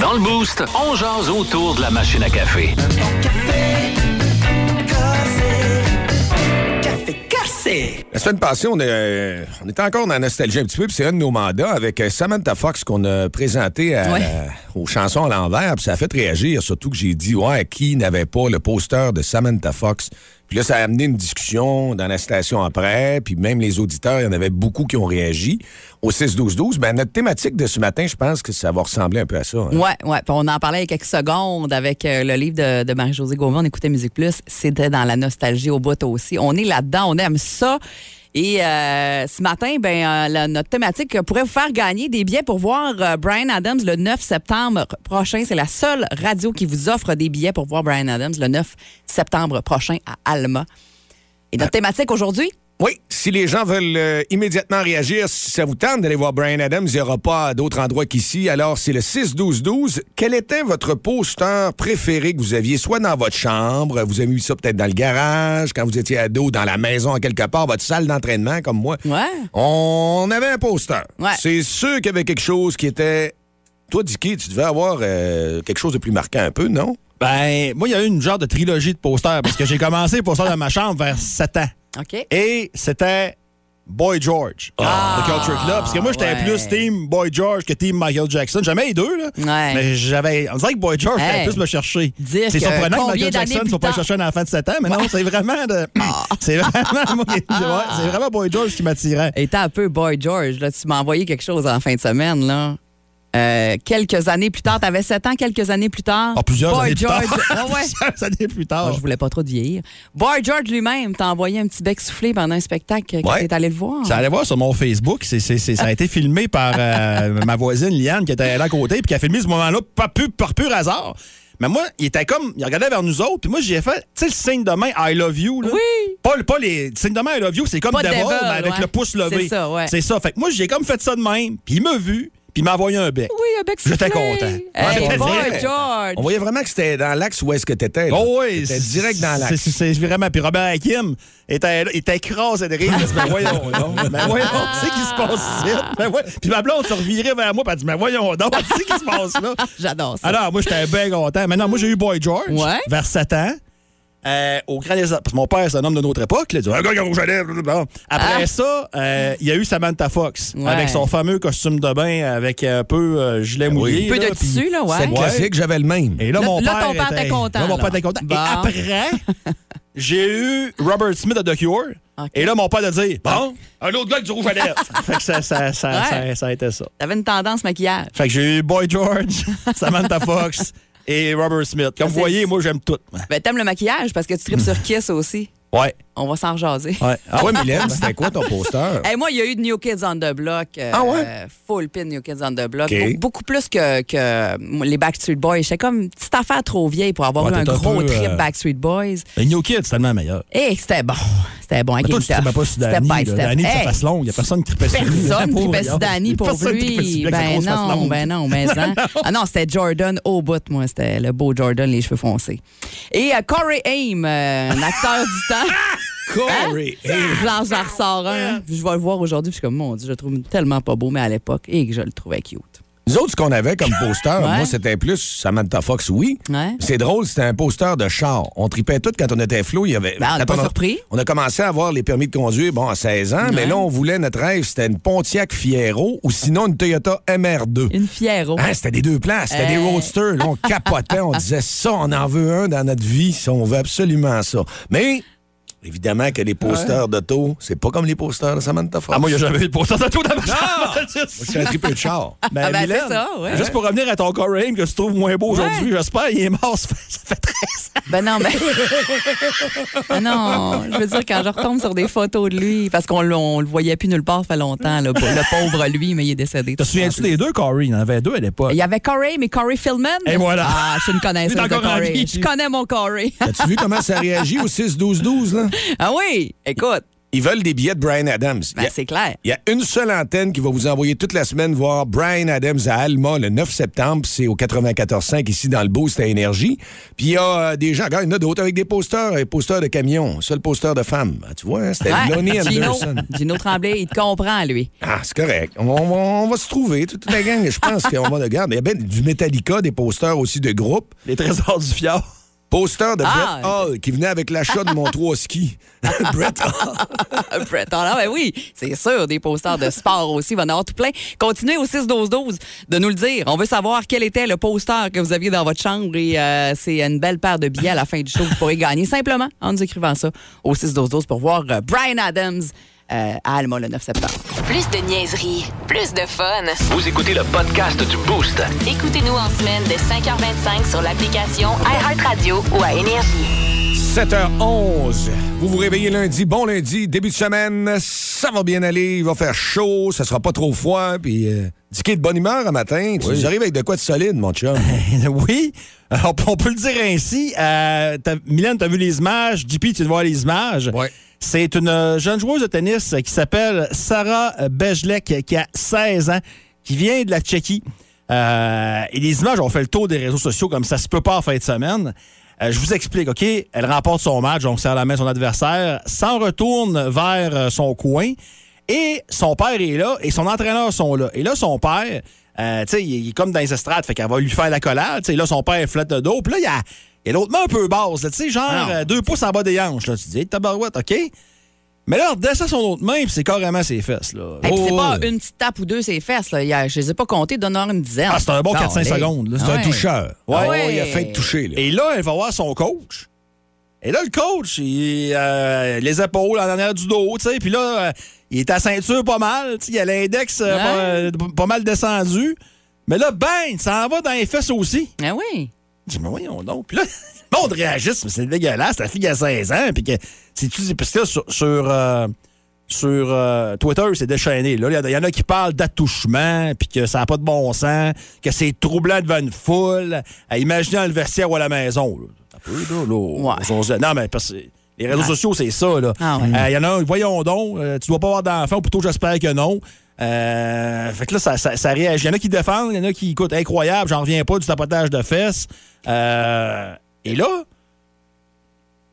Speaker 2: Dans le boost, on jase autour de la machine à café.
Speaker 3: La semaine passée, on, est- euh, on était encore dans la nostalgie un petit peu, puis c'est un de nos mandats avec euh, Samantha Fox qu'on a présenté à- euh,
Speaker 4: Ouais.
Speaker 3: aux chansons à l'envers, puis ça a fait réagir, surtout que j'ai dit, ouais, qui n'avait pas le poster de Samantha Fox? Puis là, ça a amené une discussion dans la station après, puis même les auditeurs, il y en avait beaucoup qui ont réagi au 6-12-12. Ben, notre thématique de ce matin, je pense que ça va ressembler un peu à ça. hein.
Speaker 4: Ouais, ouais. Puis on en parlait il y a quelques secondes avec euh, le livre de, de Marie-Josée Gauvin. On écoutait Musique Plus. C'était dans la nostalgie au bout aussi. On est là-dedans, on aime ça. Et euh, ce matin, ben, euh, la- notre thématique pourrait vous faire gagner des billets pour voir euh, Brian Adams le 9 septembre prochain. C'est la seule radio qui vous offre des billets pour voir Brian Adams le 9 septembre prochain à Alma. Et notre thématique aujourd'hui,
Speaker 3: Oui, si les gens veulent euh, immédiatement réagir, si ça vous tente d'aller voir Brian Adams, il n'y aura pas d'autre endroit qu'ici. Alors, c'est le 6-12-12. Quel était votre poster préféré que vous aviez, soit dans votre chambre, vous avez eu ça peut-être dans le garage, quand vous étiez ado, dans la maison, à quelque part, votre salle d'entraînement, comme moi?
Speaker 4: ouais,
Speaker 3: On avait un poster.
Speaker 4: Ouais.
Speaker 3: C'est sûr qu'il y avait quelque chose qui était... Toi, Dicky, tu devais avoir euh, quelque chose de plus marquant un peu, non?
Speaker 5: Ben, moi, il y a eu une genre de trilogie de posters parce que j'ai commencé les posters dans ma chambre vers 7 ans.
Speaker 4: OK.
Speaker 5: Et c'était Boy George. Le culture club. Parce que moi, j'étais
Speaker 4: Ah. ouais.
Speaker 5: plus team Boy George que team Michael Jackson. J'aimais les deux, là.
Speaker 4: Ouais.
Speaker 5: Mais j'avais. On dirait que Boy George allait
Speaker 4: Hey.
Speaker 5: plus me chercher.
Speaker 4: Dire
Speaker 5: C'est
Speaker 4: que
Speaker 5: surprenant que
Speaker 4: combien
Speaker 5: Michael
Speaker 4: d'années
Speaker 5: Jackson ne
Speaker 4: plus
Speaker 5: soit pas
Speaker 4: tard. Ah.
Speaker 5: chercher un enfant de 7 ans, mais non, c'est vraiment
Speaker 4: <laughs>
Speaker 5: de. c'est vraiment. moi, ouais, c'est vraiment Boy George qui m'attirait.
Speaker 4: Et t'as un peu Boy George, là, tu m'as envoyé quelque chose en fin de semaine, là. Euh, quelques années plus tard, t'avais 7 ans, quelques années plus tard.
Speaker 5: Ah, plusieurs
Speaker 4: Boy
Speaker 5: années plus
Speaker 4: George.
Speaker 5: tard. <laughs>
Speaker 4: Ah ouais.
Speaker 5: Plusieurs années plus tard.
Speaker 4: Moi, je voulais pas trop de vieillir. Boy George lui-même t'a envoyé un petit bec soufflé pendant un spectacle quand
Speaker 5: Ouais.
Speaker 4: t'es allé le voir.
Speaker 5: Ça allait voir sur mon Facebook. C'est- c'est- c'est- ça a été filmé par
Speaker 4: <laughs>
Speaker 5: euh, ma voisine Liane qui était là à côté puis qui a filmé ce moment-là par pur, par pur hasard. Mais moi, il était comme, il regardait vers nous autres, puis moi, j'ai fait, tu sais, le signe de main, I love you, là.
Speaker 4: Oui.
Speaker 5: Pas, le- pas les. Le signe de main, I love you, c'est comme
Speaker 4: Pas
Speaker 5: devil,
Speaker 4: devil,
Speaker 5: mais avec
Speaker 4: ouais.
Speaker 5: le pouce levé.
Speaker 4: C'est ça, ouais.
Speaker 5: C'est ça. Fait que moi, j'ai comme fait ça de même, puis il m'a vu, puis il m'a envoyé un bec.
Speaker 4: Oui, un bec soufflé.
Speaker 5: J'étais content.
Speaker 4: Hey,
Speaker 5: J'étais
Speaker 4: Boy
Speaker 5: vraiment-
Speaker 3: On
Speaker 4: George.
Speaker 3: voyait vraiment que c'était dans l'axe où est-ce que t'étais. là.
Speaker 5: Oh oui,
Speaker 3: T'étais direct dans
Speaker 5: c'est-
Speaker 3: l'axe.
Speaker 5: C'est c'est vraiment. Puis Robert Hakim était, là, il était écrasé de rire. Il dit,
Speaker 3: <laughs>
Speaker 5: Mais voyons donc. Mais voyons, tu sais qui se passe ici. Mais ouais. Puis ma blonde se revirait vers moi. Puis elle dit Mais voyons donc, <laughs> tu sais qui se passe là.
Speaker 4: J'adore ça.
Speaker 5: Alors, moi, j'étais bien content. Maintenant, moi, j'ai eu Boy George
Speaker 4: Ouais.
Speaker 5: vers 7 ans. euh, au Grand Désert. Parce que mon père, c'est un homme de notre époque. là, il dit, un gars qui a rouge à lèvres, blablabla. Après ça, euh, il y a eu Samantha Fox
Speaker 4: Ah. Ouais.
Speaker 5: avec son fameux costume de bain avec un peu euh, gilet mouillé.
Speaker 4: Peu de
Speaker 5: là, puis-
Speaker 4: tissu, là, ouais.
Speaker 5: C'est classique.
Speaker 3: Ben Classique, j'avais le même.
Speaker 5: Et là,
Speaker 4: Là-
Speaker 5: mon
Speaker 4: là,
Speaker 5: père.
Speaker 4: ton père était content,
Speaker 5: Là, mon
Speaker 4: là.
Speaker 5: père était content.
Speaker 4: Bon.
Speaker 5: Et après, j'ai eu Robert Smith à The Cure.
Speaker 4: Ok.
Speaker 5: Et là, mon père a dit Bon, un autre gars avec du rouge à lèvres. fait que ça, ça, ça,
Speaker 4: Ouais.
Speaker 5: ça, ça a été ça.
Speaker 4: T'avais une tendance maquillage.
Speaker 5: Fait que j'ai eu Boy George, <laughs> Samantha Fox et Robert Smith. Comme vous
Speaker 4: c'est-
Speaker 5: voyez, moi, j'aime tout.
Speaker 4: Ben, t'aimes le maquillage parce que tu tripes
Speaker 5: <laughs>
Speaker 4: sur Kiss aussi.
Speaker 5: Ouais.
Speaker 4: On va s'en rejaser.
Speaker 5: Ouais. Ah ouais, mais
Speaker 3: Mylène, c'était quoi ton
Speaker 4: <laughs>
Speaker 3: poster?
Speaker 4: Hey, moi, il y a eu de New Kids on the Block. euh,
Speaker 3: Ah ouais?
Speaker 4: euh, Full pin New Kids on the Block.
Speaker 3: OK.
Speaker 4: Be- Beaucoup plus que, que les Backstreet Boys. J'étais comme une petite affaire trop vieille pour avoir
Speaker 5: Ouais,
Speaker 4: eu un
Speaker 5: t'es un
Speaker 4: gros
Speaker 5: peu,
Speaker 4: trip
Speaker 5: euh,
Speaker 4: Backstreet Boys.
Speaker 5: le New Kid, c'est tellement meilleur.
Speaker 4: Et c'était bon. C'était bon.
Speaker 5: Mais toi, tu ne pas sur Danny. là. Danny, sa face longue. Il n'y a personne qui tripait sur lui. <laughs>
Speaker 4: Personne
Speaker 5: Pauvre,
Speaker 4: qui passe
Speaker 5: regarde.
Speaker 4: Danny pour
Speaker 5: Personne qui tripait sur
Speaker 4: lui.
Speaker 5: lui avec sa
Speaker 4: Ben
Speaker 5: grosse face
Speaker 4: non,
Speaker 5: longue.
Speaker 4: ben non,
Speaker 5: <laughs>
Speaker 4: ben non. Ah non, c'était Jordan au bout, moi. C'était le beau Jordan, les cheveux foncés. Et euh, Corey Haim, euh, un acteur du
Speaker 5: <laughs>
Speaker 4: temps. Hein?
Speaker 3: Corey Haim.
Speaker 4: Genre, j'en ressors un. Je vais le voir aujourd'hui. puis Je suis comme, mon Dieu, je le trouve tellement pas beau, mais à l'époque, et que je le trouvais cute.
Speaker 3: Nous autres, ce qu'on avait comme poster,
Speaker 4: Ouais.
Speaker 3: moi, c'était plus Samantha Fox, oui.
Speaker 4: Ouais.
Speaker 3: C'est drôle, c'était un poster de char. On tripait tout quand on était flou. Il y avait,
Speaker 4: Ben, on n'est
Speaker 3: quand
Speaker 4: pas
Speaker 3: a-
Speaker 4: surpris.
Speaker 3: On a commencé à avoir les permis de conduire, bon, à 16 ans, mais là, on voulait, notre rêve, c'était une Pontiac Fiero ou sinon une Toyota MR2.
Speaker 4: Une fiero. Euh.
Speaker 3: Hein, c'était des deux places, c'était des
Speaker 4: Hey.
Speaker 3: roadsters. Là, on capotait, on disait ça, on en veut un dans notre vie, ça, on veut absolument ça. Mais évidemment que les posters d'auto, c'est pas comme les posters de Samantha Fox.
Speaker 5: Ah, moi, il n'y a jamais eu de pourcentage de taux dans ma chambre. <laughs>
Speaker 3: Moi, j'étais un triple de char.
Speaker 5: Ben,
Speaker 4: Ah, ben,
Speaker 5: Mylène,
Speaker 4: c'est ça, ouais.
Speaker 5: Juste pour revenir à ton corps aim que tu trouves moins beau aujourd'hui, j'espère, il est mort, <laughs> ça fait, ça fait 13 ans.
Speaker 4: Ben non,
Speaker 5: <laughs>
Speaker 4: ben. Ben non, je veux dire, quand je retombe sur des photos de lui, parce qu'on l'a- on le voyait plus nulle part, ça fait longtemps, le, le pauvre lui, mais il est décédé.
Speaker 5: Te souviens-tu des deux, Corey? Il en avait deux à l'époque.
Speaker 4: Il y avait Corey, mais Corey Philman.
Speaker 5: Et voilà.
Speaker 4: Ah, je suis une
Speaker 5: <laughs> Il est
Speaker 4: connaisseuse de
Speaker 5: encore en
Speaker 4: Corey.
Speaker 5: vie.
Speaker 4: Je connais mon Corey. <laughs>
Speaker 3: As-tu vu comment ça réagit au 6-12-12, là?
Speaker 4: Ah oui, écoute,
Speaker 3: Ils veulent des billets de Brian Adams. Il
Speaker 4: ben,
Speaker 3: y a-
Speaker 4: c'est clair.
Speaker 3: il y, a une seule antenne qui va vous envoyer toute la semaine voir Brian Adams à Alma le 9 septembre. puis C'est au 94.5 ici dans le Boost à Énergie. Puis il y a euh, des gens, regarde, il y en a d'autres avec des posters, des posters de camions, seul poster de femme. Ah, tu vois, hein, c'était
Speaker 4: Ouais,
Speaker 3: Lonnie
Speaker 4: Gino,
Speaker 3: Anderson.
Speaker 4: Gino Tremblay, il te comprend,
Speaker 5: <laughs>
Speaker 4: lui.
Speaker 3: Ah, c'est correct. On, on- on va se trouver, toute la gang. Je pense qu'on va le garder. Il y a bien du Metallica, des posters aussi de groupe.
Speaker 5: Les trésors du fjord.
Speaker 3: Poster de
Speaker 4: Ah,
Speaker 3: Brett Hall qui venait avec l'achat de mon 3 ski. <laughs> Brett Hall.
Speaker 4: Ah, Brett Hall. Ah, ben oui, c'est sûr, des posters de sport aussi, il va en avoir tout plein. Continuez au 6-12-12 de nous le dire. On veut savoir quel était le poster que vous aviez dans votre chambre et euh, c'est une belle paire de billets à la fin du show que vous pourrez gagner simplement en nous écrivant ça au 6-12-12 pour voir euh, Brian Adams euh, à Alma le 9 septembre.
Speaker 1: Plus de niaiserie, plus de fun.
Speaker 2: Vous écoutez le podcast du Boost.
Speaker 1: Écoutez-nous en semaine de 5h25 sur l'application iHeartRadio ou à Énergie.
Speaker 3: 7h11. Vous vous réveillez lundi. Bon lundi, début de semaine. Ça va bien aller. Il va faire chaud. Ça sera pas trop froid. Puis, euh, diqué de bonne humeur un matin. Tu nous arrives avec de quoi de solide, mon chum.
Speaker 5: <laughs> oui, euh, on, peut- on peut le dire ainsi. Euh, t'as- Mylène, tu as vu les images. JP, tu vois les images.
Speaker 3: Ouais.
Speaker 5: C'est une euh, jeune joueuse de tennis euh, qui s'appelle Sarah euh, Bejlek, euh, qui a 16 ans, qui vient de la Tchéquie. Euh, et les images ont fait le tour des réseaux sociaux comme ça se peut pas en fin de semaine. Euh, je vous explique, OK? Elle remporte son match, donc serre la main de son adversaire, s'en retourne vers euh, son coin. Et son père est là et son entraîneur sont là. Et là, son père, euh, tu sais, il, il est comme dans les estrades, fait qu'elle va lui faire la collade. Tu sais, là, son père flotte le dos. Puis là, il y a, il y a l'autre main un peu basse, là, tu sais, genre euh, deux pouces en bas des hanches. Là. Tu te dis, hey, tabarouette, OK? Mais là, elle redescend son autre main, puis c'est carrément ses fesses, là.
Speaker 4: Et puis c'est
Speaker 5: Oh,
Speaker 4: pas
Speaker 5: ouais.
Speaker 4: une petite tape ou deux, c'est fesses. Là. Il y a- je les ai pas comptées, donne une dizaine.
Speaker 5: Ah, c'est un bon 4-5
Speaker 4: Calais.
Speaker 5: secondes, là. C'est
Speaker 3: C'est
Speaker 5: un
Speaker 3: un
Speaker 4: Ouais.
Speaker 3: toucheur.
Speaker 5: Ouais.
Speaker 3: Ah il a faim de toucher, là.
Speaker 5: Et là, elle va voir son coach. Et là, le coach, il, euh, les épaules en arrière du dos, tu sais. Puis là, euh, il est à ceinture pas mal, tu sais. Il a l'index euh,
Speaker 4: Ouais.
Speaker 5: pas, euh, p- pas mal descendu. Mais là, bang, ça en va dans les fesses aussi.
Speaker 4: Ah oui.
Speaker 5: Je dis, mais voyons donc. Puis là, le monde réagisse, mais c'est dégueulasse. La fille a 16 ans. Puis que, c'est-tu, parce que là, sur, sur, euh, sur euh, Twitter, c'est déchaîné. là. Il y en a qui parlent d'attouchement, puis que ça n'a pas de bon sens, que c'est troublant devant une foule. Euh, À imaginer dans le vestiaire ou à la maison. là. Un peu, là, là, on se dit, non, mais parce que les réseaux sociaux, c'est ça. là.
Speaker 4: Ah ouais.
Speaker 5: Euh, il y en a un, voyons donc, euh, tu dois pas avoir d'enfant, ou plutôt j'espère que non. Euh, fait que là, ça, ça- ça réagit. Il y en a qui défendent, il y en a qui écoutent incroyable, j'en reviens pas du tapotage de fesses. Euh, et là,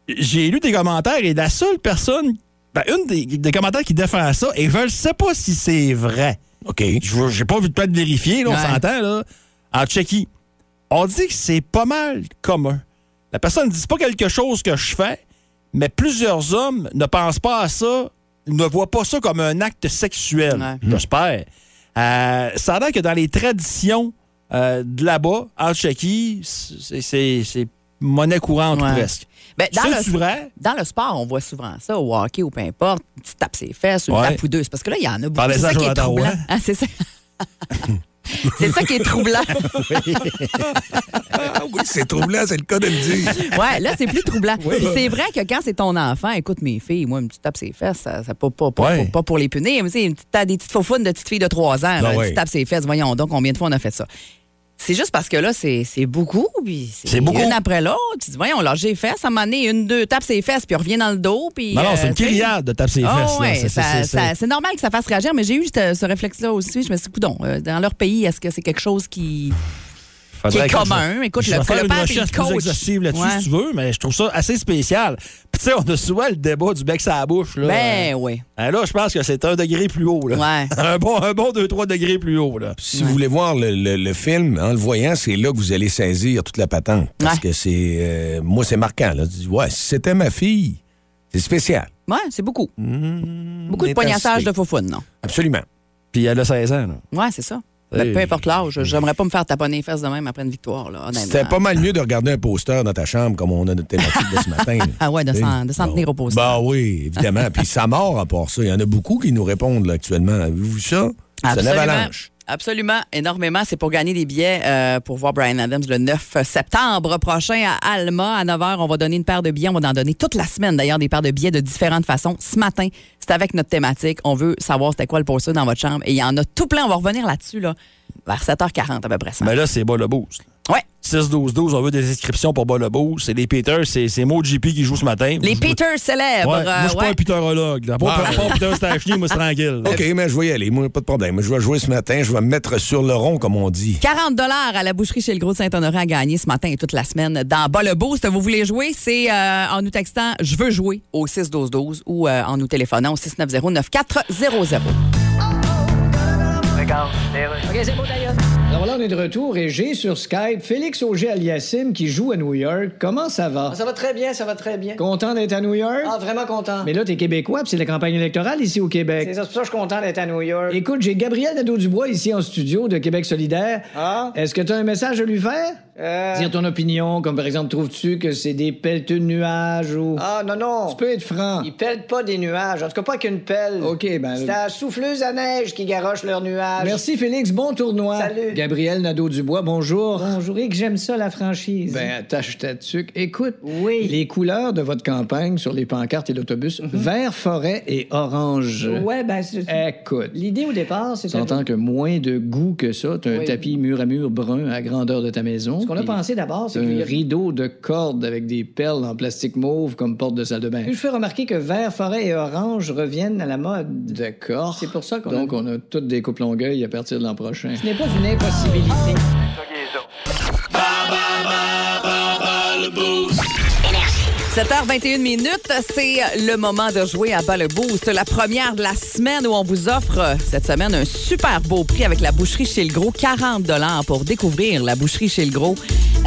Speaker 5: j'ai lu des commentaires et la seule personne, ben, une des, des commentaires qui défend ça, et je ne sais pas si c'est vrai.
Speaker 3: OK.
Speaker 5: Je veux- J'ai pas vu de pas de vérifier, là, Ah, on
Speaker 4: Ouais.
Speaker 5: s'entend, là. En Tchéquie, on dit que c'est pas mal commun. La personne ne dit c'est pas quelque chose que je fais, mais plusieurs hommes ne pensent pas à ça, ne voient pas ça comme un acte sexuel.
Speaker 4: Ouais.
Speaker 5: J'espère. Euh, ça a l'air que dans les traditions euh, de là-bas, en Tchéquie, c'est- c'est c'est monnaie courante
Speaker 4: Ouais.
Speaker 5: presque.
Speaker 4: Ben, dans,
Speaker 5: C'est
Speaker 4: le,
Speaker 5: vrai?
Speaker 4: dans le sport, on voit souvent ça, au hockey ou peu importe, une petite tape ses fesses, une
Speaker 5: Ouais.
Speaker 4: tape ou deux. C'est parce que là, il y en a beaucoup.
Speaker 5: Parlez-en
Speaker 4: C'est ça
Speaker 5: à
Speaker 4: qui est
Speaker 5: Jonathan Roy.
Speaker 4: troublant. Ah, c'est
Speaker 5: <laughs>
Speaker 4: ça. c'est ça qui est troublant.
Speaker 3: Ah oui, c'est troublant, c'est le cas de le dire.
Speaker 4: Ouais, là, c'est plus troublant. Puis C'est vrai que quand c'est ton enfant, écoute, mes filles, moi, une petite tape ses fesses, ça, ça pas, pas, pas,
Speaker 5: Ouais.
Speaker 4: pas, pas pour les punir, mais tu sais, une petite- t'as des petites faufounes de petites filles de 3
Speaker 5: Ben
Speaker 4: ans, là, une
Speaker 3: ouais.
Speaker 4: petite tape ses fesses, voyons donc combien de fois on a fait ça. C'est juste parce que là, c'est c'est beaucoup, puis
Speaker 5: C'est
Speaker 4: c'est
Speaker 5: beaucoup.
Speaker 4: une après l'autre. Tu dis, voyons, lâche les fesses, à un moment donné, une, deux, tape ses fesses, puis on revient dans le dos, puis...
Speaker 5: Non, non, c'est
Speaker 4: euh,
Speaker 5: une
Speaker 4: tu sais.
Speaker 5: criade de taper ses fesses.
Speaker 4: Ah
Speaker 5: là.
Speaker 4: ouais,
Speaker 5: C'est-
Speaker 4: ça-
Speaker 5: c'est- c'est-
Speaker 4: ça- c'est normal que ça fasse réagir, mais j'ai eu ce, ce réflexe-là aussi. Je me suis dit, coudon, euh, dans leur pays, est-ce que c'est quelque chose qui, qui
Speaker 5: Faudrait
Speaker 4: est
Speaker 5: que je-
Speaker 4: commun? Écoute,
Speaker 5: je
Speaker 4: le,
Speaker 5: vais faire
Speaker 4: le
Speaker 5: une
Speaker 4: père et
Speaker 5: recherche
Speaker 4: le coach.
Speaker 5: plus exhaustive là-dessus,
Speaker 4: Ouais.
Speaker 5: si tu veux, mais je trouve ça assez spécial. Puis, tu sais, on a souvent le débat du bec sur la bouche. Là,
Speaker 4: Ben oui.
Speaker 5: Hein, là je pense que c'est un degré plus haut. Là.
Speaker 4: Ouais.
Speaker 5: <laughs> un bon 2-3 degrés plus haut. Là.
Speaker 3: Si vous voulez voir le, le- le film, en le voyant, c'est là que vous allez saisir toute la patente. Parce
Speaker 4: Ouais.
Speaker 3: que c'est. euh, moi, c'est marquant. Là. Tu dis, ouais, si c'était ma fille, c'est spécial.
Speaker 4: Ouais, c'est beaucoup.
Speaker 5: Mmh.
Speaker 4: beaucoup de
Speaker 3: Intensité.
Speaker 4: poignassages de faux-founes, non?
Speaker 3: Absolument.
Speaker 5: Puis elle a 16 ans. là.
Speaker 4: Ouais, c'est ça. Ben,
Speaker 5: Hey.
Speaker 4: peu importe l'âge, j'aimerais pas me faire taponner les fesses de même après une victoire, là, honnêtement.
Speaker 3: C'était pas mal mieux de regarder un poster dans ta chambre comme on a notre thématique de ce matin. là.
Speaker 4: <laughs> Ah ouais, de
Speaker 3: Tu sais?
Speaker 4: s'en de s'en
Speaker 3: Bon.
Speaker 4: tenir au poster.
Speaker 3: Bah oui, évidemment. Puis ça mort à part ça. Il y en a beaucoup qui nous répondent là, actuellement. Avez-vous vu ça? C'est une
Speaker 4: Absolument.
Speaker 3: avalanche.
Speaker 4: Absolument, énormément. C'est pour gagner des billets euh, pour voir Brian Adams le 9 septembre prochain à Alma. À 9 h, on va donner une paire de billets. On va en donner toute la semaine, d'ailleurs, des paires de billets de différentes façons. Ce matin, c'est avec notre thématique. On veut savoir c'était quoi le poster dans votre chambre. Et il y en a tout plein. On va revenir là-dessus, là, vers 7h40 à peu près. ce
Speaker 5: Mais
Speaker 4: matin.
Speaker 5: là, c'est bas le boost.
Speaker 4: Ouais.
Speaker 5: 6-12-12, on veut des inscriptions pour bas le boost. C'est les Peters, c'est c'est Mo JP qui joue ce matin.
Speaker 4: Les
Speaker 5: Je-
Speaker 4: Peters célèbres.
Speaker 5: Ouais, moi, je
Speaker 4: euh,
Speaker 5: suis
Speaker 4: ouais.
Speaker 5: pas un pitérologue. là. Pas
Speaker 3: Ah.
Speaker 5: pas un Peter Stachny, moi, c'est tranquille.
Speaker 4: <laughs>
Speaker 5: là.
Speaker 3: OK, mais je vais y aller. Moi, pas de problème. Je vais jouer ce matin. Je vais me mettre sur le rond, comme on dit.
Speaker 4: 40 dollars à la boucherie chez le Gros de Saint-Honoré à gagner ce matin et toute la semaine dans Bas le Boost. Vous voulez jouer? C'est euh, en nous textant Je veux jouer au 6-12-12 ou euh, en nous téléphonant au 690-9400.
Speaker 8: Alors là, on est de retour et j'ai sur Skype Félix Auger Aliassim qui joue à New York. Comment ça va?
Speaker 9: Ça va très bien, ça va très bien.
Speaker 8: Content d'être à New York?
Speaker 9: Ah, vraiment content.
Speaker 8: Mais là, t'es québécois, puis c'est la campagne électorale ici au Québec.
Speaker 9: C'est ça, c'est pour ça que je suis content d'être à New York.
Speaker 8: Écoute, j'ai Gabriel Nadeau-Dubois ici en studio de Québec solidaire.
Speaker 9: Ah?
Speaker 8: Est-ce que t'as un message à lui faire?
Speaker 9: Euh,
Speaker 8: Dire ton opinion, comme par exemple, trouves-tu que c'est des pelleteux de nuages ou...
Speaker 9: Ah, non, non.
Speaker 8: Tu peux être franc.
Speaker 9: Ils pèlent pas des nuages, en tout cas pas qu'une pelle.
Speaker 8: OK, ben...
Speaker 9: C'est la souffleuse à neige qui garoche leurs nuages.
Speaker 8: Merci Félix, bon tournoi.
Speaker 9: Salut.
Speaker 8: Gabriel Nadeau-Dubois, bonjour.
Speaker 9: Bonjour, que j'aime ça, la franchise.
Speaker 8: Ben, attache ta tuque. Écoute,
Speaker 9: Oui.
Speaker 8: les couleurs de votre campagne sur les pancartes et l'autobus, vert, forêt et orange.
Speaker 9: Ouais, ben, c'est...
Speaker 8: Écoute,
Speaker 9: L'idée au départ, c'est...
Speaker 8: t'entends que moins de goût que ça, t'as un
Speaker 9: Oui.
Speaker 8: tapis mur à mur brun à la grandeur de ta maison.
Speaker 9: Ce qu'on a
Speaker 8: puis
Speaker 9: pensé d'abord, c'est
Speaker 8: t'as un
Speaker 9: que...
Speaker 8: rideau de cordes avec des perles en plastique mauve comme porte de salle de bain.
Speaker 9: Je fais remarquer que vert, forêt et orange reviennent à la mode.
Speaker 8: D'accord.
Speaker 9: C'est pour ça qu'on a-
Speaker 8: Donc, on a toutes des coupes longueuil à partir de l'an prochain.
Speaker 9: Ce n'est pas une impossibilité.
Speaker 1: Énergie.
Speaker 4: 7h21 minutes, c'est le moment de jouer à Bas le Boost, la première de la semaine où on vous offre euh, cette semaine un super beau prix avec la boucherie chez le Gros, 40 dollars pour découvrir la boucherie chez le Gros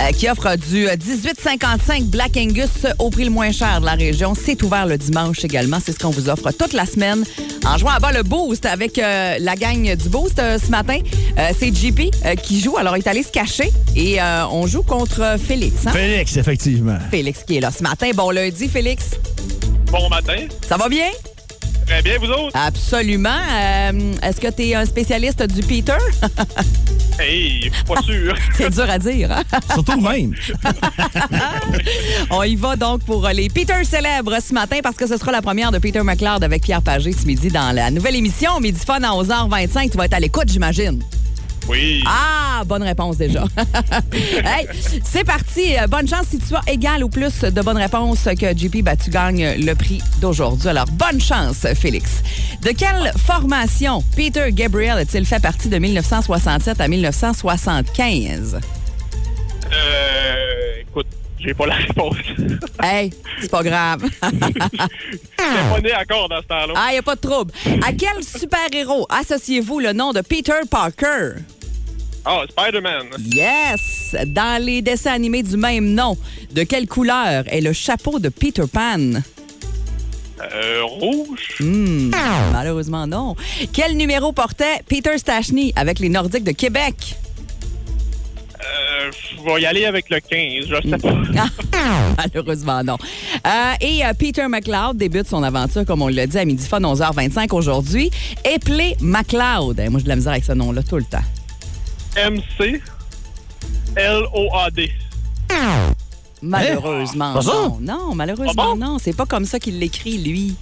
Speaker 4: euh, qui offre du euh, 18,55 Black Angus au prix le moins cher de la région. C'est ouvert le dimanche également, c'est ce qu'on vous offre toute la semaine en jouant à Bas le Boost avec euh, la gang du Boost euh, ce matin. Euh, c'est JP euh, qui joue, alors il est allé se cacher et euh, on joue contre euh, Félix. hein?
Speaker 5: Félix, effectivement.
Speaker 4: Félix qui est là ce matin. Bon lundi, Félix.
Speaker 10: Bon matin.
Speaker 4: Ça va bien?
Speaker 10: Très bien, vous autres?
Speaker 4: Absolument. Euh, Est-ce que tu es un spécialiste du Peter? <laughs>
Speaker 10: Hey, pas sûr.
Speaker 4: C'est dur à dire. <laughs> hein?
Speaker 5: Surtout le même.
Speaker 4: On y va donc pour euh, les Peter célèbres ce matin parce que ce sera la première de Peter McLeod avec Pierre Pagé ce midi dans la nouvelle émission Midi Fun à 11h25. Tu vas être à l'écoute, j'imagine.
Speaker 10: Oui.
Speaker 4: Ah, bonne réponse déjà. hey, c'est parti. Euh, Bonne chance si tu as égal ou plus de bonnes réponses que JP, ben, tu gagnes le prix d'aujourd'hui. Alors, bonne chance, Félix. De quelle formation Peter Gabriel a-t-il fait partie de 1967 à 1975?
Speaker 10: Euh, écoute, j'ai pas la réponse. <laughs> J'étais
Speaker 4: Hey, c'est pas grave.
Speaker 10: pas né encore dans ce temps-là.
Speaker 4: ah, y a pas de trouble. À quel super-héros associez-vous le nom de Peter Parker?
Speaker 10: Ah, Spider-Man.
Speaker 4: Yes! Dans les dessins animés du même nom, de quelle couleur est le chapeau de Peter Pan?
Speaker 10: Euh, rouge.
Speaker 4: Hmm, malheureusement, non. Quel numéro portait Peter Stachny avec les Nordiques de Québec?
Speaker 10: Euh, je vais y aller avec le 15, je
Speaker 8: Mm.
Speaker 10: sais pas.
Speaker 4: Ah, <laughs> Malheureusement, non. Euh, et euh, Peter McLeod débute son aventure, comme on l'a dit, à midi fun, 11h25 aujourd'hui. Éplé McLeod. Hein, moi, j'ai de la misère avec ce nom-là tout le temps.
Speaker 10: MC L-O-A-D.
Speaker 5: Eh,
Speaker 4: Malheureusement,
Speaker 10: Pas ça?
Speaker 4: non. Non, malheureusement, non. C'est pas comme ça qu'il l'écrit, lui.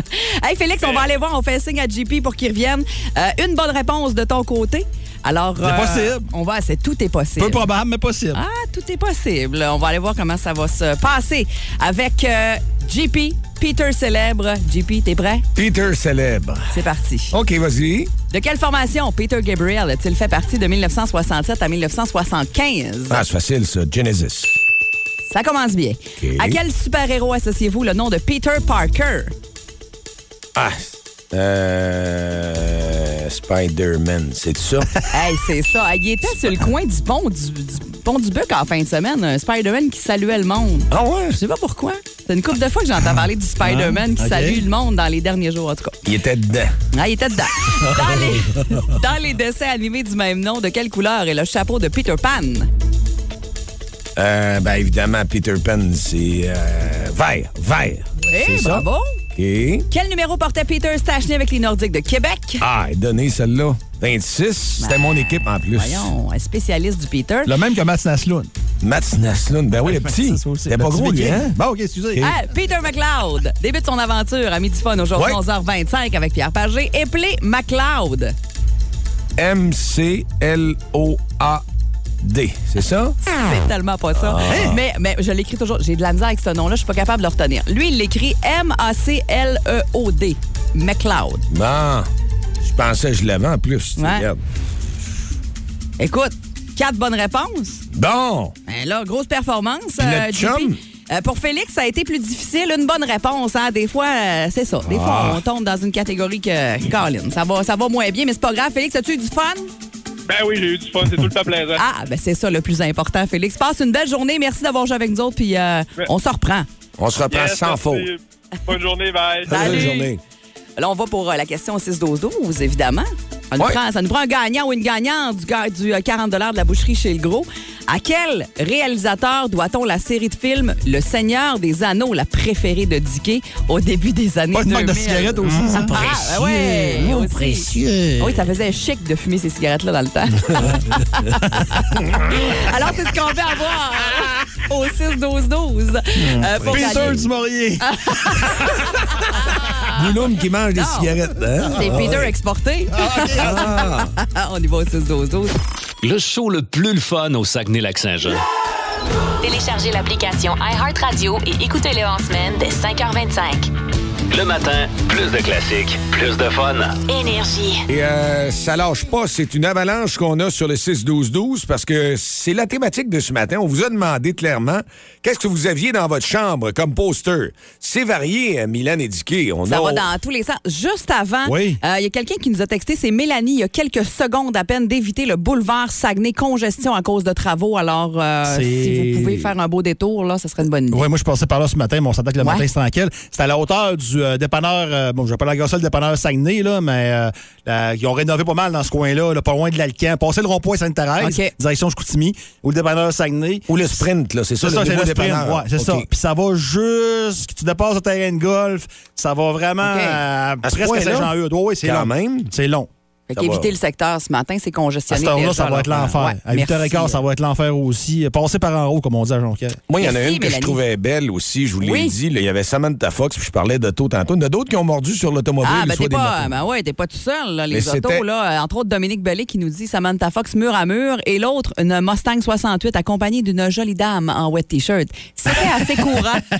Speaker 4: <laughs> hey, Félix, on va aller voir. On fait signe à JP pour qu'il revienne. Euh, une bonne réponse de ton côté. Alors, euh,
Speaker 5: C'est possible.
Speaker 4: On va, c'est tout est possible.
Speaker 5: Peu probable, mais possible.
Speaker 4: Ah, tout est possible. On va aller voir comment ça va se passer avec euh, JP, Peter célèbre. JP, t'es prêt?
Speaker 3: Peter célèbre.
Speaker 4: C'est parti.
Speaker 5: Oh.
Speaker 3: OK, vas-y.
Speaker 4: De quelle formation Peter Gabriel a-t-il fait partie de 1967 à 1975?
Speaker 3: Ah, c'est facile, ça. Genesis.
Speaker 4: Ça commence bien. À quel super-héros associez-vous le nom de Peter Parker?
Speaker 3: Ah. Euh, Spider-Man, c'est
Speaker 4: <laughs>
Speaker 3: ça?
Speaker 4: Hey, c'est ça. Il était sur le coin du pont du, du pont du Buc en fin de semaine. Un Spider-Man qui saluait le monde.
Speaker 3: Ah ouais? Je
Speaker 4: sais pas pourquoi. C'est une couple de fois que j'entends parler du Spider-Man qui
Speaker 3: Ah, ok.
Speaker 4: salue le monde dans les derniers jours, en tout cas.
Speaker 3: Il était dedans.
Speaker 4: Ah, il
Speaker 3: <laughs>
Speaker 4: était dedans. Dans les, dans les dessins animés du même nom, de quelle couleur est le chapeau de Peter Pan?
Speaker 3: Euh, ben évidemment, Peter Pan, c'est euh, vert, vert.
Speaker 4: Oui,
Speaker 3: c'est ça?
Speaker 4: Eh, bravo.
Speaker 3: OK.
Speaker 4: Quel numéro portait Peter Stachny avec les Nordiques de Québec?
Speaker 3: Ah, elle est donnée celle-là. 26, c'était mon équipe en plus.
Speaker 4: Ben, Voyons, un spécialiste du Peter.
Speaker 3: Le même que Mats Naslund. Mats Naslund, ben oui,
Speaker 4: <laughs>
Speaker 3: le petit. C'était pas
Speaker 5: Le petit
Speaker 3: gros, lui,
Speaker 5: viking.
Speaker 3: hein?
Speaker 5: Bon, OK, excusez.
Speaker 4: Ah, Peter McLeod débute son aventure à midi fun aujourd'hui,
Speaker 3: Ouais.
Speaker 4: 11h25 avec Pierre Pagé. Éplé McLeod.
Speaker 3: M-C-L-O-A-D, c'est ça?
Speaker 4: C'est tellement pas ça.
Speaker 3: Ah.
Speaker 4: Mais, mais je l'écris toujours. J'ai de la misère avec ce nom-là. Je suis pas capable de le retenir. Lui, il l'écrit M-A-C-L-E-O-D. E McLeod.
Speaker 3: Bon, je pensais que je l'avais en plus. tu
Speaker 4: Ouais.
Speaker 3: regardes.
Speaker 4: Écoute, quatre bonnes réponses.
Speaker 3: Bon!
Speaker 4: Ben là, grosse performance.
Speaker 3: Puis notre
Speaker 4: JP.
Speaker 3: chum?
Speaker 4: Euh, pour Félix, ça a été plus difficile. Une bonne réponse. hein. Des fois, euh, c'est ça. Des
Speaker 3: Ah.
Speaker 4: fois, on tombe dans une catégorie que Colin. Ça va, ça va moins bien, mais c'est pas grave. Félix, as-tu eu du fun?
Speaker 10: Ben oui, j'ai eu du fun, c'est tout le temps plaisant.
Speaker 4: Ah, ben c'est ça le plus important, Félix. Passe une belle journée. Merci d'avoir joué avec nous autres. Puis euh,
Speaker 10: Ben,
Speaker 4: on se reprend.
Speaker 3: On se reprend
Speaker 10: Yes,
Speaker 3: sans
Speaker 10: merci.
Speaker 3: faute.
Speaker 10: Bonne journée, bye.
Speaker 4: Salut. Là, on va pour euh, la question 6-12-12, évidemment. Ça nous,
Speaker 10: Ouais.
Speaker 4: prend, ça nous prend un gagnant ou une gagnante du, ga- du euh, 40 de la boucherie chez le gros. À quel réalisateur doit-on la série de films Le Seigneur des Anneaux, la préférée de Dickey, au début des années
Speaker 5: Pas de manque de
Speaker 4: 2000?
Speaker 5: cigarettes aussi, ça.
Speaker 4: Ah,
Speaker 5: Précieux,
Speaker 4: ouais,
Speaker 5: mon
Speaker 4: aussi. Ah
Speaker 5: précieux.
Speaker 4: Oui, ça faisait chic de fumer ces cigarettes-là dans le
Speaker 5: <laughs>
Speaker 4: temps. Alors, c'est ce qu'on veut avoir euh, au 6-12-12. euh, pour
Speaker 5: Peter
Speaker 4: gagner.
Speaker 5: du Maurier.
Speaker 3: Guillaume qui mange des cigarettes. hein?
Speaker 4: C'est
Speaker 3: Ah,
Speaker 4: Peter
Speaker 3: ouais.
Speaker 4: exporté.
Speaker 5: Ah,
Speaker 4: <laughs> Ah. On y va au 6-12-12.
Speaker 2: Le show le plus le fun au Saguenay-Lac-Saint-Jean.
Speaker 1: Téléchargez l'application iHeartRadio et écoutez-le en semaine dès 5h25.
Speaker 2: Le matin, plus de classiques, plus de fun.
Speaker 1: Énergie.
Speaker 3: Et euh, ça lâche pas, c'est une avalanche qu'on a sur le 6-12-12 parce que c'est la thématique de ce matin. On vous a demandé clairement qu'est-ce que vous aviez dans votre chambre comme poster. C'est varié, euh, Milan et Dicky. On
Speaker 4: Ça
Speaker 3: a...
Speaker 4: va dans tous les sens. Juste avant, euh, il
Speaker 3: Oui.
Speaker 4: y a quelqu'un qui nous a texté, c'est Mélanie, il y a quelques secondes à peine d'éviter le boulevard Saguenay, congestion à cause de travaux. Alors, euh,
Speaker 5: C'est-
Speaker 4: si vous pouvez faire un beau détour, là, ça serait une bonne idée.
Speaker 5: Oui, moi, je passais par là ce matin, mais on s'entend que le
Speaker 4: Ouais.
Speaker 5: matin, c'est tranquille. C'est à la hauteur du euh, dépanneur, euh, bon, je vais pas l'agresser, le dépanneur Saguenay, là, mais euh, là, ils ont rénové pas mal dans ce coin-là, là, pas loin de l'Alcan. Passer le rond-point Sainte-Thérèse,
Speaker 3: OK.
Speaker 5: direction Chicoutimi, ou le dépanneur Saguenay.
Speaker 3: Ou le sprint, là, c'est ça,
Speaker 5: C'est
Speaker 3: le
Speaker 5: ça, c'est
Speaker 3: nouveau
Speaker 5: le sprint,
Speaker 3: dépanneur.
Speaker 5: ouais, c'est
Speaker 3: OK.
Speaker 5: ça. Puis ça va jusque, tu dépasses le terrain de golf, ça va vraiment
Speaker 4: OK.
Speaker 5: euh,
Speaker 3: À ce
Speaker 5: presque à
Speaker 3: point-là?
Speaker 5: Saint-Jean-Eudes. Oui, c'est
Speaker 3: Quand
Speaker 5: long.
Speaker 3: même.
Speaker 5: C'est long.
Speaker 4: Fait qu'éviter le secteur ce matin, c'est
Speaker 5: À
Speaker 4: congestionné.
Speaker 5: cette heure-là,
Speaker 4: déjà,
Speaker 5: ça va
Speaker 4: là.
Speaker 5: être l'enfer.
Speaker 4: Ouais,
Speaker 5: à 8h15,
Speaker 4: merci.
Speaker 5: ça va être l'enfer aussi. Passer par en haut, comme on dit à Jonquière.
Speaker 3: Moi, il y en a
Speaker 5: Merci,
Speaker 3: une que
Speaker 5: Mélanie.
Speaker 3: je trouvais belle aussi, je vous l'ai
Speaker 4: Oui.
Speaker 3: dit. là, Il y avait Samantha Fox, puis je parlais d'auto tantôt. Il y en a d'autres qui ont mordu sur l'automobile.
Speaker 4: Ah, ben
Speaker 3: soit
Speaker 4: t'es
Speaker 3: des
Speaker 4: pas,
Speaker 3: motos.
Speaker 4: ben ouais, t'es pas tout seul, là, les
Speaker 3: Mais
Speaker 4: autos.
Speaker 3: c'était-
Speaker 4: Là, entre autres, Dominique Bellé qui nous dit Samantha Fox mur à mur et l'autre, une Mustang 68 accompagnée d'une jolie dame en wet T-shirt. C'était assez
Speaker 3: <laughs>
Speaker 4: courant.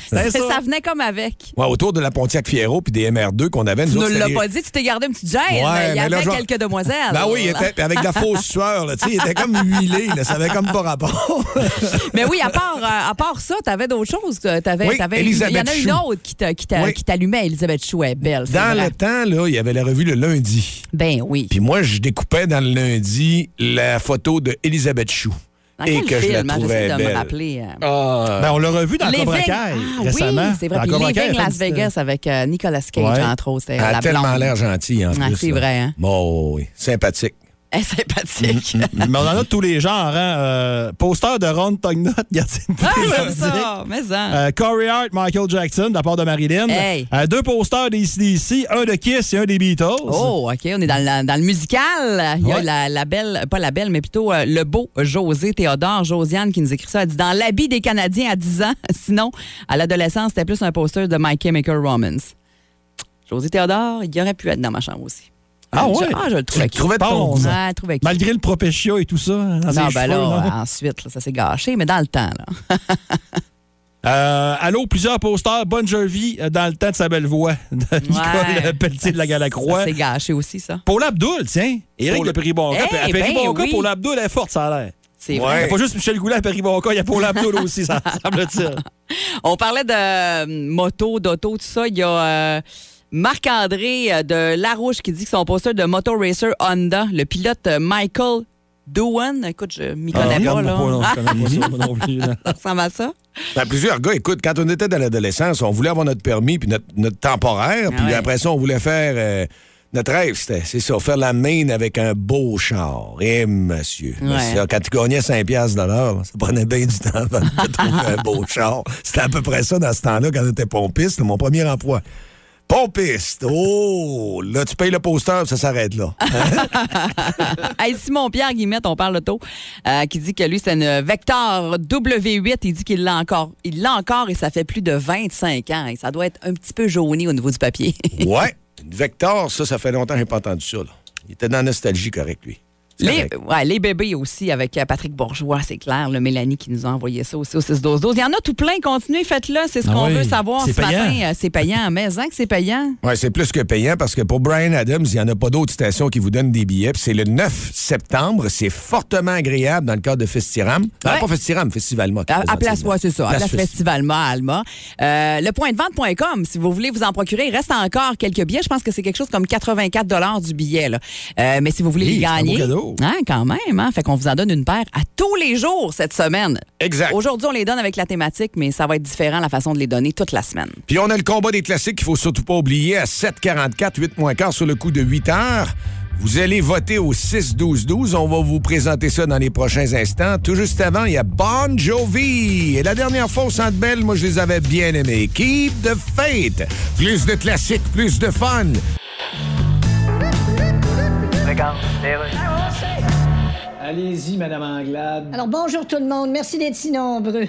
Speaker 3: C'était
Speaker 4: ça.
Speaker 3: ça.
Speaker 4: venait comme avec.
Speaker 3: Ouais, autour de la Pontiac Fiero puis des MR2 qu'on avait.
Speaker 4: Tu
Speaker 3: nous
Speaker 4: ne
Speaker 3: autres,
Speaker 4: l'as
Speaker 3: c'était
Speaker 4: pas dit, tu t'es gardé un petit gel.
Speaker 3: Ouais,
Speaker 4: il y
Speaker 3: mais là,
Speaker 4: avait
Speaker 3: je vais-
Speaker 4: quelques demoiselle.
Speaker 3: Ben oui, il était avec de la fausse sueur, là, tu sais, il était comme huilé, là, ça avait comme pas rapport.
Speaker 4: <laughs> Mais oui, à part, euh, à part ça, t'avais d'autres choses. que T'avais,
Speaker 3: Oui,
Speaker 4: t'avais-
Speaker 3: Elisabeth
Speaker 4: il y en a une
Speaker 3: Chou.
Speaker 4: autre qui, t'a- qui t'a-
Speaker 3: Oui.
Speaker 4: qui t'allumait, Elisabeth Chou, elle est belle. c'est
Speaker 3: <laughs> Dans
Speaker 4: vrai.
Speaker 3: le temps, là, il y avait la revue le lundi.
Speaker 4: Ben oui.
Speaker 3: Puis moi, je découpais dans le lundi la photo de Elisabeth Chou.
Speaker 4: Dans
Speaker 3: et
Speaker 4: quel
Speaker 3: que je la
Speaker 4: film, hein? J'essaie
Speaker 3: trouvais
Speaker 4: de me
Speaker 3: belle. Ah,
Speaker 4: rappeler, euh.
Speaker 5: Ben, on l'a revu dans
Speaker 4: Living-
Speaker 5: Cobra Kai
Speaker 4: Ah
Speaker 5: récemment.
Speaker 4: Oui, c'est vrai.
Speaker 5: Dans
Speaker 4: Puis
Speaker 5: Cobra Kai,
Speaker 4: Living
Speaker 5: elle a
Speaker 4: Las
Speaker 5: fait une
Speaker 4: Vegas avec euh, Nicolas Cage,
Speaker 5: Ouais.
Speaker 4: entre autres.
Speaker 3: Elle
Speaker 4: euh,
Speaker 3: a
Speaker 4: la
Speaker 3: tellement
Speaker 4: blonde.
Speaker 3: l'air gentille, en
Speaker 4: Ah,
Speaker 3: plus.
Speaker 4: c'est
Speaker 3: là.
Speaker 4: vrai, hein?
Speaker 3: Bon, oui. Sympathique.
Speaker 4: <laughs> Elle est sympathique.
Speaker 5: Mais on en a de tous les genres. Hein? Euh, poster de Ron Tognot, <laughs> gardien de
Speaker 4: <laughs>
Speaker 5: but,
Speaker 4: Ah, j'aime
Speaker 5: direct.
Speaker 4: ça! Mais ça!
Speaker 5: Euh, Corey Hart, Michael Jackson, de la part de Marilyn.
Speaker 4: Hey.
Speaker 5: Euh, deux posters des CDC, un de Kiss et un des Beatles.
Speaker 4: Oh, OK, on est dans le, dans le musical. Il y a
Speaker 5: Ouais.
Speaker 4: la, la belle, pas la belle, mais plutôt euh, le beau José Théodore, Josiane qui nous écrit ça. Elle dit Dans l'habit des Canadiens à 10 ans. <laughs> Sinon, à l'adolescence, c'était plus un poster de My Chemical Romance. José Théodore, il aurait pu être dans ma chambre aussi.
Speaker 5: Ah
Speaker 4: Je-
Speaker 5: ouais?
Speaker 4: ah, je le trouvais
Speaker 5: Tu le trouvais
Speaker 4: cute.
Speaker 5: ton-
Speaker 4: Ouais, je trouvais cute.
Speaker 5: Malgré le propétia et tout ça. hein, dans ses
Speaker 4: Non, ben
Speaker 5: cheveux,
Speaker 4: là,
Speaker 5: non?
Speaker 4: euh, ensuite, là, ça s'est gâché, mais dans le temps, là.
Speaker 5: Euh, allô, plusieurs posters. Bonne Jovi euh, dans le temps de sa belle voix <laughs> de Nicole Pelletier de la
Speaker 4: Ça
Speaker 5: Galacroix.
Speaker 4: s'est gâché aussi, ça.
Speaker 5: Paul Abdul, tiens. Éric
Speaker 3: Paul-
Speaker 5: de Péribonca.
Speaker 4: Eh,
Speaker 5: à Péribonca,
Speaker 4: ben oui.
Speaker 5: Paul Abdul elle est forte, ça a l'air.
Speaker 4: C'est
Speaker 5: Il
Speaker 4: vrai.
Speaker 5: n'y a pas juste Michel Goulet à Péribonca, il y a Paul Abdul
Speaker 4: <laughs>
Speaker 5: aussi, ça semble-t-il.
Speaker 4: On parlait de euh, moto, d'auto, tout ça. Il y a euh, Marc-André euh, de Larouche qui dit que son poster de Moto Racer Honda, le pilote euh, Michael Doohan, écoute, je m'y connais pas, là. Ah, <laughs> ça ressemble à ça?
Speaker 3: Ben, plusieurs gars, écoute, quand on était dans l'adolescence, on voulait avoir notre permis, puis notre, notre temporaire,
Speaker 4: Ah
Speaker 3: puis
Speaker 4: ouais.
Speaker 3: après ça, on voulait faire... euh, notre rêve, c'était, c'est ça, faire la main avec un beau char. Eh, monsieur.
Speaker 4: Ouais.
Speaker 3: C'est ça, quand tu gagnais 5 piastres de l'heure, ça prenait bien du temps avant de te trouver un beau char. C'était à peu près ça dans ce temps-là, quand on était pompiste, mon premier emploi. Pompiste! Oh! Là, tu payes le poster, ça s'arrête
Speaker 4: <laughs>
Speaker 3: là.
Speaker 4: Ah, Hey, Simon-Pierre Guillemette, on parle auto, euh, qui dit que lui, c'est une Vector W8. Il dit qu'il l'a encore. Il l'a encore et ça fait plus de 25 ans. Et ça doit être un petit peu jauni au niveau du papier.
Speaker 3: ouais. Une Vector, ça, ça fait longtemps que j'ai pas entendu ça. là. Il était dans la nostalgie correcte, lui. C'est
Speaker 4: Les,
Speaker 3: correct.
Speaker 4: ouais, les bébés aussi, avec euh, Patrick Bourgeois, c'est clair. Le Mélanie qui nous a envoyé ça aussi au 6-12-12. Il y en a tout plein. Continuez, faites-le. C'est ce
Speaker 5: Ah
Speaker 4: qu'on
Speaker 5: oui,
Speaker 4: veut savoir
Speaker 5: c'est
Speaker 4: ce matin.
Speaker 5: payant.
Speaker 4: Euh, C'est payant. Mais hein, que c'est payant.
Speaker 3: Ouais, c'est plus que payant parce que pour Brian Adams, il n'y en a pas d'autres stations qui vous donnent des billets. Puis C'est le 9 septembre. C'est fortement agréable dans le cadre de Festiram. Non,
Speaker 4: Ouais.
Speaker 3: pas Festiram, Festival Mock.
Speaker 4: À, à place, ouais, c'est ça. À
Speaker 3: Place
Speaker 4: place
Speaker 3: Festi-
Speaker 4: Festival Ma, Alma. Euh, le point de vente.com, si vous voulez vous en procurer, il reste encore quelques billets. Je pense que c'est quelque chose comme 84 du billet. là. Euh, mais si vous voulez
Speaker 5: Hi,
Speaker 4: les
Speaker 5: c'est un beau
Speaker 4: gagner.
Speaker 5: cadeau.
Speaker 4: Hein, quand même. Hein? Fait qu'on vous en donne une paire à tous les jours cette semaine.
Speaker 3: Exact.
Speaker 4: Aujourd'hui, on les donne avec la thématique, mais ça va être différent la façon de les donner toute la semaine.
Speaker 3: Puis on a le combat des classiques qu'il faut surtout pas oublier à 7h44, 8 moins quart sur le coup de 8 heures. Vous allez voter au 6-12-12. On va vous présenter ça dans les prochains instants. Tout juste avant, il y a Bon Jovi. Et la dernière fois au Centre Bell, moi, je les avais bien aimés. Keep the faith. Plus de classiques, plus de fun.
Speaker 8: Allez-y, Madame Anglade.
Speaker 7: Alors bonjour tout le monde, merci d'être si nombreux.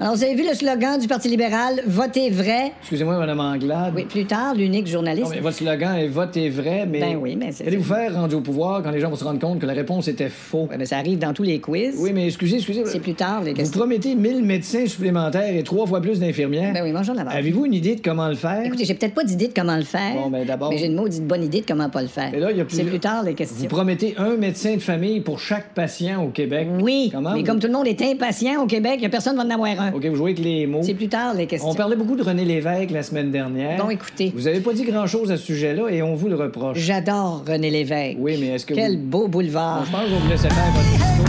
Speaker 7: Alors vous avez vu le slogan du Parti libéral, votez vrai.
Speaker 8: Excusez-moi, Madame Anglade.
Speaker 7: Oui, plus tard, l'unique journaliste.
Speaker 8: Non, mais votre slogan est vote est vrai, mais.
Speaker 7: Ben oui, mais c'est-
Speaker 8: Allez-vous faire rendu au pouvoir quand les gens vont se rendre compte que la réponse était faux?
Speaker 7: Ouais, mais ça arrive dans tous les quiz.
Speaker 8: Oui, mais excusez, excusez.
Speaker 7: C'est plus tard, les
Speaker 8: Vous
Speaker 7: questions.
Speaker 8: promettez 1000 médecins supplémentaires et trois fois plus d'infirmières.
Speaker 7: Ben oui, mangeons la barre.
Speaker 8: Avez-vous une idée de comment le faire?
Speaker 7: Écoutez, j'ai peut-être pas d'idée de comment le faire.
Speaker 8: Bon, ben, d'abord-
Speaker 7: Mais j'ai une maudite bonne idée de comment pas le faire.
Speaker 8: Et là, il y a
Speaker 7: C'est
Speaker 8: plusieurs-
Speaker 7: plus tard, les
Speaker 8: Vous
Speaker 7: questions.
Speaker 8: promettez un médecin de famille pour chaque patient au Québec.
Speaker 7: Oui,
Speaker 8: Comment
Speaker 7: mais
Speaker 8: vous-
Speaker 7: comme tout le monde est impatient au Québec, il y a personne qui va en avoir un.
Speaker 8: OK, vous jouez avec les mots.
Speaker 7: C'est plus tard, les questions.
Speaker 8: On parlait beaucoup de René Lévesque la semaine dernière.
Speaker 7: Bon, écoutez.
Speaker 8: Vous avez pas dit grand-chose à ce sujet-là et on vous le reproche.
Speaker 7: J'adore René Lévesque.
Speaker 8: Oui, mais est-ce que
Speaker 7: Quel
Speaker 8: vous-
Speaker 7: beau
Speaker 8: Bon,
Speaker 7: boulevard.
Speaker 8: je pense que vous laissez faire votre discours.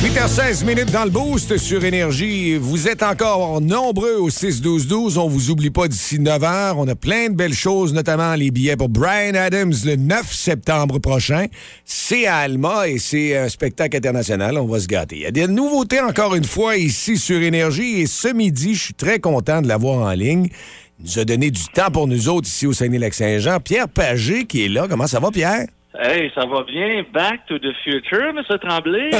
Speaker 3: 8h16 minutes dans le boost sur Énergie. Vous êtes encore nombreux au 6-12-12. On vous oublie pas d'ici 9h. On a plein de belles choses, notamment les billets pour Brian Adams le 9 septembre prochain. C'est à Alma et c'est un spectacle international. On va se gâter. Il y a des nouveautés encore une fois ici sur Énergie. Et ce midi, je suis très content de l'avoir en ligne. Il nous a donné du temps pour nous autres ici au Saguenay-Lac-Saint-Jean. Pierre Pagé qui est là. Comment ça va, Pierre?
Speaker 10: Hey, ça va bien. Back to the future, M.
Speaker 2: <laughs>
Speaker 10: Tremblay.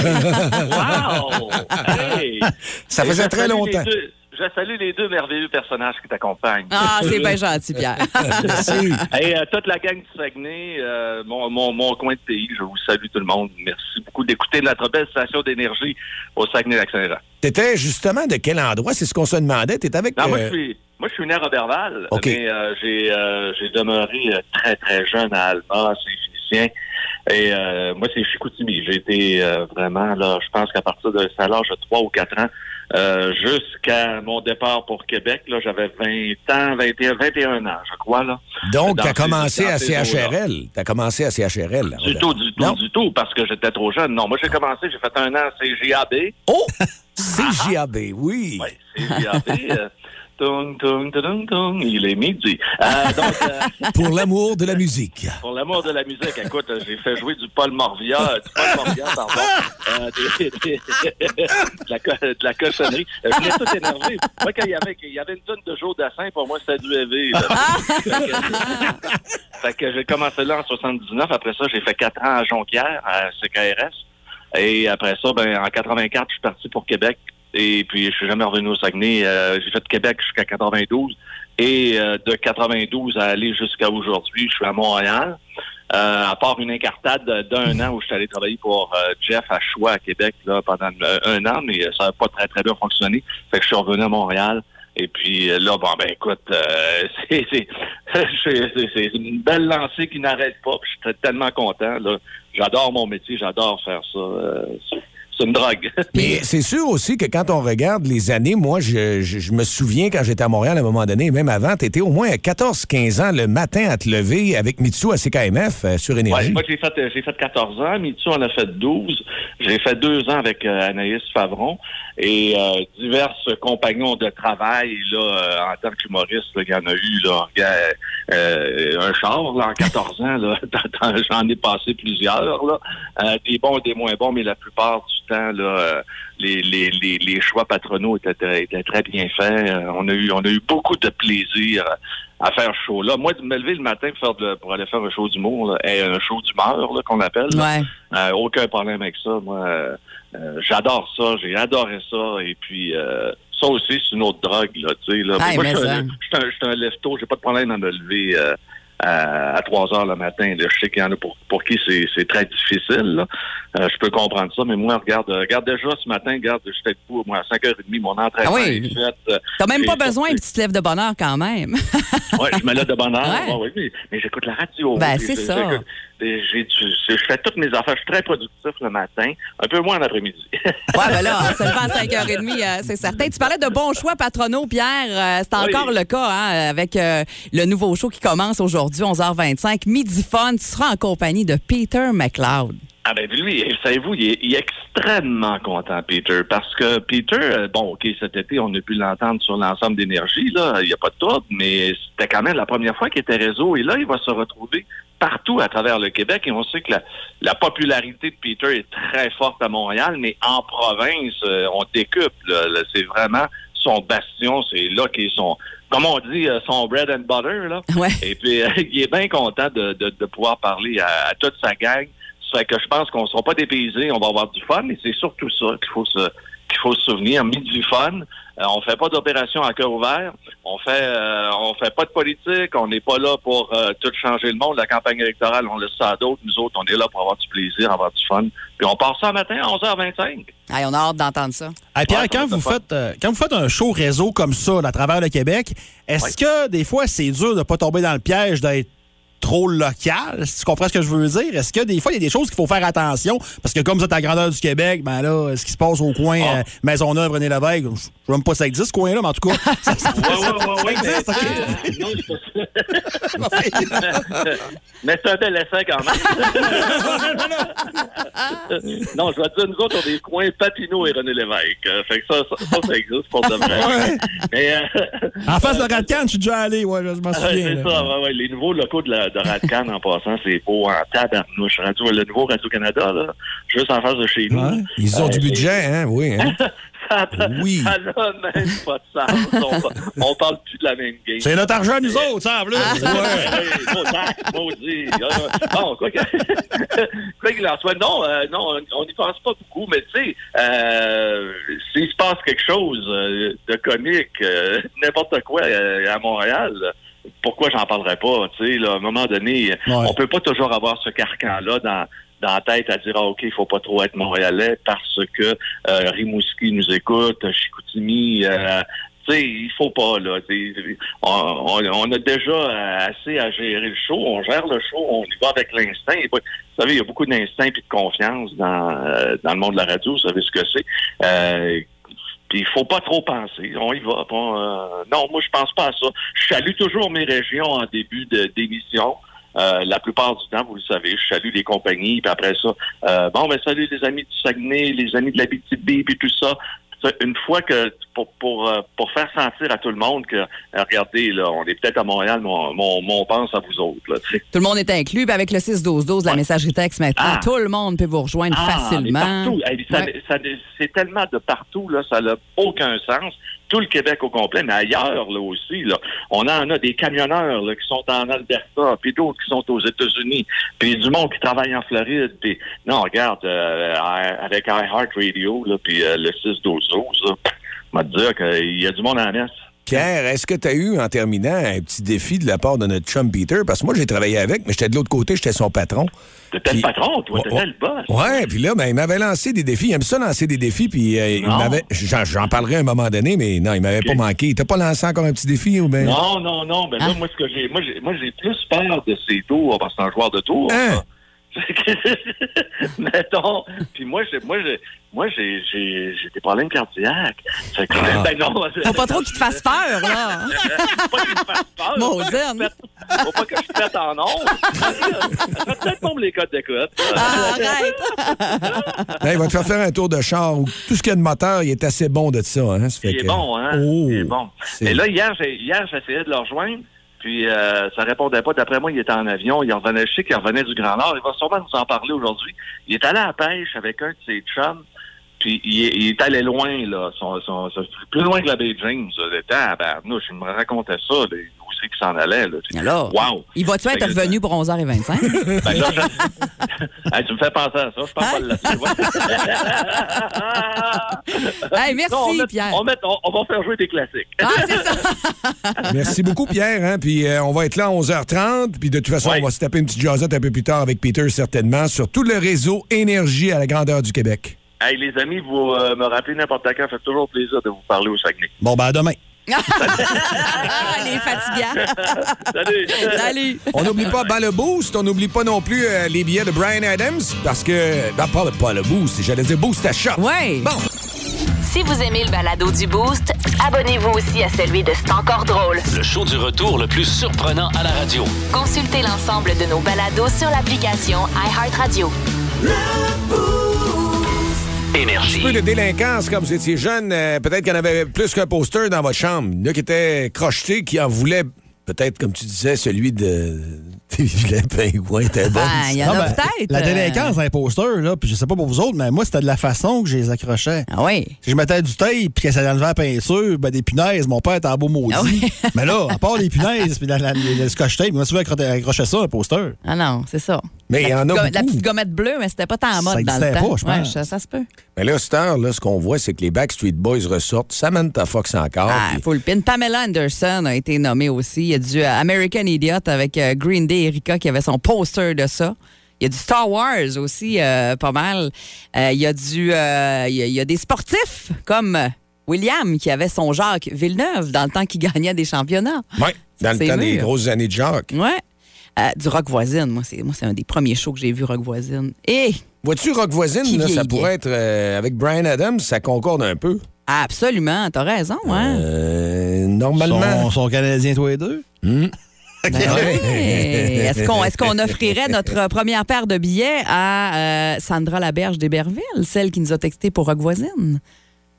Speaker 10: wow! Hey!
Speaker 3: Ça
Speaker 10: Et
Speaker 3: faisait
Speaker 10: je
Speaker 3: très
Speaker 10: salue
Speaker 3: longtemps.
Speaker 10: les deux- je salue les deux merveilleux personnages qui t'accompagnent.
Speaker 4: Ah, c'est bien gentil, Pierre. <laughs>
Speaker 3: Merci.
Speaker 10: Hey, euh, toute la gang du Saguenay, euh, mon, mon, mon coin de pays, je vous salue tout le monde. Merci beaucoup d'écouter notre belle station d'énergie au Saguenay-Lac-Saint-Jean.
Speaker 3: T'étais justement de quel endroit? C'est ce qu'on se demandait. T'étais avec...
Speaker 10: Non, moi,
Speaker 3: euh,
Speaker 10: je suis, Moi, je suis né à Roberval,
Speaker 3: OK.
Speaker 10: mais euh, j'ai euh, j'ai demeuré euh, très, très jeune à Alma, c'est Vénitien. Et euh, moi, c'est Chicoutimi. J'ai été euh, vraiment, là, je pense qu'à partir de ça, l'âge de 3 ou 4 ans, euh, jusqu'à mon départ pour Québec, là, j'avais 20 ans, 21, 21 ans, je crois, là.
Speaker 3: Donc,
Speaker 10: Dans
Speaker 3: t'as
Speaker 10: ces-
Speaker 3: commencé
Speaker 10: dans
Speaker 3: à
Speaker 10: ces eaux-là.
Speaker 3: CHRL. T'as commencé à CHRL. là,
Speaker 10: Du
Speaker 3: Robert.
Speaker 10: tout, du tout,
Speaker 3: Non.
Speaker 10: du tout, parce que j'étais trop jeune. Non, moi, j'ai commencé, j'ai fait un an CGAB.
Speaker 3: Oh! CJAB, oui.
Speaker 10: Oui, CGAB. euh, <laughs> tung, tung, tung, tung, il est midi. Euh, donc, euh,
Speaker 3: Pour l'amour de la musique.
Speaker 10: Pour l'amour de la musique, écoute, euh, j'ai fait jouer du Paul Morvia, euh, du Paul Morvia, pardon, euh, des- des- de, la, co- de la cochonnerie. Euh, J'étais tout énervé. Moi, quand il y avait, il y avait une tonne de Joe Dassin, pour moi, c'était du EV. là. fait que, fait que j'ai commencé là en 79. Après ça, j'ai fait quatre ans à Jonquière, à CKRS. Et après ça, ben, en 84, je suis parti pour Québec. Et puis, je suis jamais revenu au Saguenay. Euh, j'ai fait Québec jusqu'à 92. Et euh, de 92 à aller jusqu'à aujourd'hui, je suis à Montréal. Euh, à part une incartade d'un an où je suis allé travailler pour euh, Jeff à Choix à Québec là, pendant euh, un an, mais euh, ça n'a pas très très bien fonctionné. Fait que je suis revenu à Montréal. Et puis euh, là, bon ben écoute, euh, <laughs> c'est c'est- c'est- c'est- c'est une belle lancée qui n'arrête pas. puis Je suis tellement content. là. J'adore mon métier, j'adore faire ça. Euh, c'est- c'est une drogue.
Speaker 3: Mais c'est sûr aussi que quand on regarde les années, moi, je, je- je me souviens quand j'étais à Montréal à un moment donné, et même avant, t'étais au moins à 14-15 ans le matin à te lever avec Mitsu à CKMF euh, sur
Speaker 10: Ouais,
Speaker 3: Énergie.
Speaker 10: moi, j'ai fait, euh, j'ai fait 14 ans. Mitsu en a fait 12. J'ai fait deux ans avec euh, Anaïs Favron et euh, divers compagnons de travail là, euh, en tant qu'humoriste. là, Il y en a eu là, regarde, euh, un char là, en 14 ans. là. <laughs> Dans- dans- J'en ai passé plusieurs. Là. Euh, des bons, des moins bons, mais la plupart du temps, là, euh, les, les, les, les choix patronaux étaient, très- étaient très bien faits. Euh, on, a eu, on a eu beaucoup de plaisir euh, à faire ce show-là. Moi, de me lever le matin pour, faire de- pour aller faire un show d'humour, là, et un show d'humeur là, qu'on appelle, là,
Speaker 4: Ouais.
Speaker 10: euh, aucun problème avec ça. Moi, euh, euh, j'adore ça, j'ai adoré ça. Et puis, euh, ça aussi, c'est une autre drogue. Là, tu sais, là.
Speaker 4: Ah,
Speaker 10: moi, je
Speaker 4: mais
Speaker 10: suis
Speaker 4: ça.
Speaker 10: un, je suis un- je suis un lève-tôt, j'ai pas de problème à me lever euh, à, à 3 heures le matin. là. Je sais qu'il y en a pour, pour qui c'est, c'est très difficile. là. Euh, je peux comprendre ça, mais moi, regarde, euh, regarde déjà ce matin, regarde, j'étais debout moi, à 5h30, mon entraînement
Speaker 4: Ah oui.
Speaker 10: est fait. euh,
Speaker 4: T'as même pas
Speaker 10: j'ai
Speaker 4: besoin,
Speaker 10: sorti-
Speaker 4: puis tu te lèves de bonheur quand
Speaker 10: <laughs>
Speaker 4: même.
Speaker 10: oui, je me lève de bonne heure.
Speaker 4: Ouais.
Speaker 10: Ouais, ouais, mais, mais j'écoute la radio.
Speaker 4: Ben,
Speaker 10: Puis
Speaker 4: c'est
Speaker 10: je-
Speaker 4: ça.
Speaker 10: j'écoute- et j'ai du- Je je fais toutes mes affaires. Je suis très productif le matin, un peu moins l'après-midi. <laughs>
Speaker 4: Ouais, ben là, se lever à 5h30, euh, c'est certain. Tu parlais de bons choix patronaux, Pierre. Euh, c'est
Speaker 10: Oui.
Speaker 4: encore le cas hein, avec euh, le nouveau show qui commence aujourd'hui, 11h25, midi fun. Tu seras en compagnie de Peter McLeod. <laughs>
Speaker 10: Ah ben lui, savez-vous, il est, il est extrêmement content, Peter, parce que Peter, euh, bon, ok, cet été, on a pu l'entendre sur l'ensemble d'énergie, là, il n'y a pas de trouble, mais c'était quand même la première fois qu'il était réseau, et là, il va se retrouver partout à travers le Québec, et on sait que la, la popularité de Peter est très forte à Montréal, mais en province, euh, on décuple, là. Là, c'est vraiment son bastion, c'est là qu'ils sont, comme on dit, euh, son bread and butter, là.
Speaker 4: Ouais.
Speaker 10: Et puis, euh, <laughs> il est bien content de, de, de pouvoir parler à, à toute sa gang. Ça fait que je pense qu'on ne sera pas dépaysés, on va avoir du fun, et c'est surtout ça qu'il faut se qu'il faut se souvenir, mis du fun. Euh, on fait pas d'opération à cœur ouvert. On fait euh, on fait pas de politique. On n'est pas là pour euh, tout changer le monde. La campagne électorale, on laisse ça à d'autres. Nous autres, on est là pour avoir du plaisir, avoir du fun. Puis on part ça matin à 11h25.
Speaker 4: Hey, on a hâte d'entendre ça.
Speaker 5: Ah, Pierre,
Speaker 10: Ouais, ça
Speaker 5: quand,
Speaker 10: va
Speaker 5: vous
Speaker 10: faire.
Speaker 5: faites, euh, quand vous faites un show réseau comme ça là, à travers le Québec, est-ce
Speaker 10: Ouais.
Speaker 5: que des fois c'est dur de ne pas tomber dans le piège d'être trop local, si tu comprends ce que je veux dire? Est-ce que des fois il y a des choses qu'il faut faire attention? Parce que comme vous êtes à la grandeur du Québec, ben là, ce qui se passe au coin
Speaker 10: Ah.
Speaker 5: euh, Maisonneuve, René Lévesque, je ne sais même pas si ça existe ce coin-là, mais
Speaker 4: <laughs>
Speaker 5: en tout cas, ça, ça-
Speaker 10: Ouais, ouais, ouais, ouais, mais-
Speaker 5: existe,
Speaker 10: Non, c'est pas
Speaker 5: <laughs>
Speaker 10: ça. Mais c'est un bel essai quand
Speaker 5: <laughs>
Speaker 10: même. non, je vais te dire, nous autres, on est des coins Papineau et René Lévesque. Euh, Fait que ça, ça, ça, ça existe pour de vrai. Mais, euh,
Speaker 5: En face de Radcan, je suis déjà allé, ouais, je
Speaker 4: Ah,
Speaker 5: m'en
Speaker 10: Ouais,
Speaker 5: souviens.
Speaker 10: c'est
Speaker 5: Ah, là.
Speaker 10: ça, ouais, ouais. Les nouveaux locaux de, la, de Radcan, en passant, c'est beau en tabarnouche. Radio, le nouveau Radio-Canada, là, juste en face de chez nous.
Speaker 5: Ouais.
Speaker 3: Ils ont
Speaker 10: Euh,
Speaker 3: du
Speaker 10: c'est-
Speaker 3: budget, hein, oui. hein.
Speaker 10: <laughs> Ça
Speaker 3: Oui.
Speaker 10: n'a même pas de sens. On, on parle plus de la même game.
Speaker 5: C'est notre argent, nous autres, ça, en plus.
Speaker 4: Ah.
Speaker 5: Ouais.
Speaker 10: Hey, maudit, maudit. Euh, Bon, quoi que- quoi qu'il en soit, non, euh, non, on n'y pense pas beaucoup, mais tu sais, euh, s'il se passe quelque chose euh, de comique, euh, n'importe quoi euh, à Montréal, pourquoi j'en parlerais pas, tu sais, là, à un moment donné, on peut pas toujours avoir ce carcan-là dans dans la tête à dire ah, ok il faut pas trop être montréalais parce que euh, Rimouski nous écoute Chicoutimi euh, Tu sais, il faut pas, là. Tu sais, On, on- on a déjà assez à gérer le show. On gère le show, on y va avec l'instinct. Et puis, Vous savez, il y a beaucoup d'instinct et de confiance dans, euh, dans le monde de la radio. Vous savez ce que c'est. Euh, puis il faut pas trop penser. On y va. Bon, euh, non, moi je pense pas à ça. Je salue toujours mes régions en début de d'émission. Euh, la plupart du temps, vous le savez, je salue les compagnies, puis après ça, euh, bon, ben salut les amis du Saguenay, les amis de la BTB, puis tout ça. Ça, Une fois que pour pour euh, pour faire sentir à tout le monde que euh, regardez là, on est peut-être à Montréal, mais on, mais on- mais on pense à vous autres. Là, tu sais.
Speaker 4: Tout le monde est inclus. Puis avec le 6-12-12, la messagerie texte maintenant,
Speaker 10: Ah.
Speaker 4: tout le monde peut vous rejoindre
Speaker 10: Ah, mais
Speaker 4: facilement.
Speaker 10: partout. Eh, ça-
Speaker 4: Ouais.
Speaker 10: ça- c'est tellement de partout, là, ça n'a aucun sens. Tout le Québec au complet, mais ailleurs là aussi, là, on en a des camionneurs là, qui sont en Alberta, puis d'autres qui sont aux États-Unis, puis du monde qui travaille en Floride. Puis non, regarde, euh, I- avec iHeartRadio, là, puis euh, le 6-12-12, là, on va te dire qu'il ah, y a du monde en Est.
Speaker 3: Pierre, est-ce que tu as eu, en terminant, un petit défi de la part de notre chum Peter? Parce que moi, j'ai travaillé avec, mais j'étais de l'autre côté, j'étais son patron.
Speaker 10: T'étais le patron, toi, t'étais le boss.
Speaker 3: oh, Ouais, puis là, ben, il m'avait lancé des défis. Il aime ça lancer des défis, puis euh, il
Speaker 10: Non.
Speaker 3: m'avait. J'en, j'en parlerai à un moment donné, mais non, il m'avait pas manqué. Il t'a pas lancé encore un petit défi ou ben?
Speaker 10: Non, non, non. Ben
Speaker 4: Hein?
Speaker 10: là, moi, ce que j'ai, moi, j'ai, moi, j'ai plus peur de ces tours parce que c'est un joueur de tours.
Speaker 3: Hein?
Speaker 10: <laughs> Mettons. Puis moi, j'ai, moi, j'ai, moi, j'ai, j'ai, j'ai des problèmes cardiaques. Fait que, ben non.
Speaker 4: Ah. Faut pas trop qu'il te
Speaker 10: <laughs>
Speaker 4: fasse peur, là.
Speaker 10: Faut pas que je pète- Faut pas que je pète en ondes. <laughs> Ça peut-être tomber les codes d'écoute.
Speaker 4: Ah,
Speaker 3: Ben, il va te faire faire un tour de char où tout ce qu'il y a de moteur, il est assez bon de ça. Hein? Ça fait
Speaker 10: Il est
Speaker 3: que- Oh.
Speaker 10: bon, hein? Il est bon.
Speaker 3: c'est-
Speaker 10: Mais là, hier, j'ai- hier, j'essayais de le rejoindre, puis euh, ça répondait pas. D'après moi, il était en avion. Il revenait, je sais qu'il revenait du Grand Nord. Il va sûrement nous en parler aujourd'hui. Il est allé à la pêche avec un de ses chums, puis il, est- il est allé loin, là. Son, son- son- plus loin que la baie James, là, le temps. Ben, nous, je me racontais ça, là, où c'est qu'il s'en allait, là.
Speaker 4: Alors?
Speaker 10: Wow!
Speaker 4: Il va-tu être
Speaker 10: Fait que-
Speaker 4: revenu pour
Speaker 10: <laughs>
Speaker 4: 11h25?
Speaker 10: Ben là, je- Hey, tu me fais penser à ça. Je pense pas
Speaker 4: Hein?
Speaker 10: le laisser,
Speaker 4: <laughs>
Speaker 10: ouais.
Speaker 4: Hey, merci,
Speaker 10: Non, on met-
Speaker 4: Pierre. Ah.
Speaker 10: on met- on- on va faire jouer des classiques.
Speaker 3: Merci beaucoup, Pierre. Hein? Puis euh, on va être là à 11h30. Puis de toute façon, on va se taper une petite jasette un peu plus tard avec Peter, certainement, sur tout le réseau Énergie à la grandeur du Québec.
Speaker 10: Hey, les amis, vous euh, me rappelez n'importe quand. Ça fait toujours plaisir de vous parler au
Speaker 4: <laughs>
Speaker 10: Saguenay.
Speaker 3: Bon, ben à demain.
Speaker 4: Ah, les fatigants.
Speaker 10: Salut!
Speaker 4: Salut.
Speaker 3: On n'oublie pas Bas le Boost, on n'oublie pas non plus euh, les billets de Brian Adams, parce que. Ben, pas, le- pas le Boost, j'allais dire Boost à shop.
Speaker 4: Ouais.
Speaker 3: Bon.
Speaker 1: Si vous aimez le balado du Boost, abonnez-vous aussi à celui de C'est encore drôle.
Speaker 2: Le show du retour le plus surprenant à la radio.
Speaker 1: Consultez l'ensemble de nos balados sur l'application iHeartRadio.
Speaker 2: Énergie.
Speaker 3: Un peu de délinquance, comme vous étiez jeune, euh, peut-être qu'il y en avait plus qu'un poster dans votre chambre. Il y en a qui étaient crochetés, qui en voulaient, peut-être, comme tu disais, celui de. <laughs> Des vilains pingouins, était bon.
Speaker 4: Ben, il y en
Speaker 5: Non,
Speaker 4: a
Speaker 5: ben,
Speaker 4: peut-être.
Speaker 5: La
Speaker 4: euh,
Speaker 5: délinquance d'un poster, là, puis je sais pas pour vous autres, mais moi, c'était de la façon que je les accrochais.
Speaker 4: Ah oui.
Speaker 5: Si je mettais du tape puis que ça enlevait la peinture, ben des punaises, mon père était en beau maudit.
Speaker 4: Ah oui.
Speaker 5: <laughs> mais là, à part les punaises puis la- la- le le scotch tape, moi, souvent, accro- accrochais ça, un poster.
Speaker 4: Ah non, c'est ça.
Speaker 3: Mais il y
Speaker 4: La
Speaker 3: en a
Speaker 4: petite gomme- La
Speaker 3: beaucoup.
Speaker 4: petite gommette bleue, mais c'était pas tant en
Speaker 5: Ça
Speaker 4: mode dans le
Speaker 5: existait
Speaker 4: temps.
Speaker 5: pas, je
Speaker 4: Ouais,
Speaker 5: pense.
Speaker 4: ça, ça se peut.
Speaker 3: Mais là, cette heure, là, ce qu'on voit, c'est que les Backstreet Boys ressortent. Samantha Fox encore.
Speaker 4: Ah,
Speaker 3: puis-
Speaker 4: faut le pin. Pamela Anderson a été nommée aussi. Il y a du euh, American Idiot avec euh, Green Day Erika qui avait son poster de ça. Il y a du Star Wars aussi, euh, pas mal. Euh, Il y a du, euh, il y, a- il y a des sportifs comme euh, William qui avait son Jacques Villeneuve dans le temps qu'il gagnait des championnats.
Speaker 3: Ouais, dans le
Speaker 4: C'est Mm.
Speaker 3: temps des
Speaker 4: mûr.
Speaker 3: grosses années de Jacques.
Speaker 4: Ouais. Euh, du rock voisine, moi c'est moi c'est un des premiers shows que j'ai vu rock voisine. Eh! Et
Speaker 3: Vois-tu, Rock Voisine,
Speaker 4: Qui
Speaker 3: là, ça
Speaker 4: vieillit bien.
Speaker 3: pourrait être euh, avec Brian Adams, ça concorde un peu.
Speaker 4: absolument, t'as raison, hein.
Speaker 3: Euh,
Speaker 5: Sont,
Speaker 3: normalement.
Speaker 5: sont canadiens tous les deux.
Speaker 3: <laughs>
Speaker 4: Ben ouais. Est-ce qu'on est-ce qu'on offrirait <laughs> notre première paire de billets à euh, Sandra Laberge d'Héberville, celle qui nous a texté pour Rock Voisine?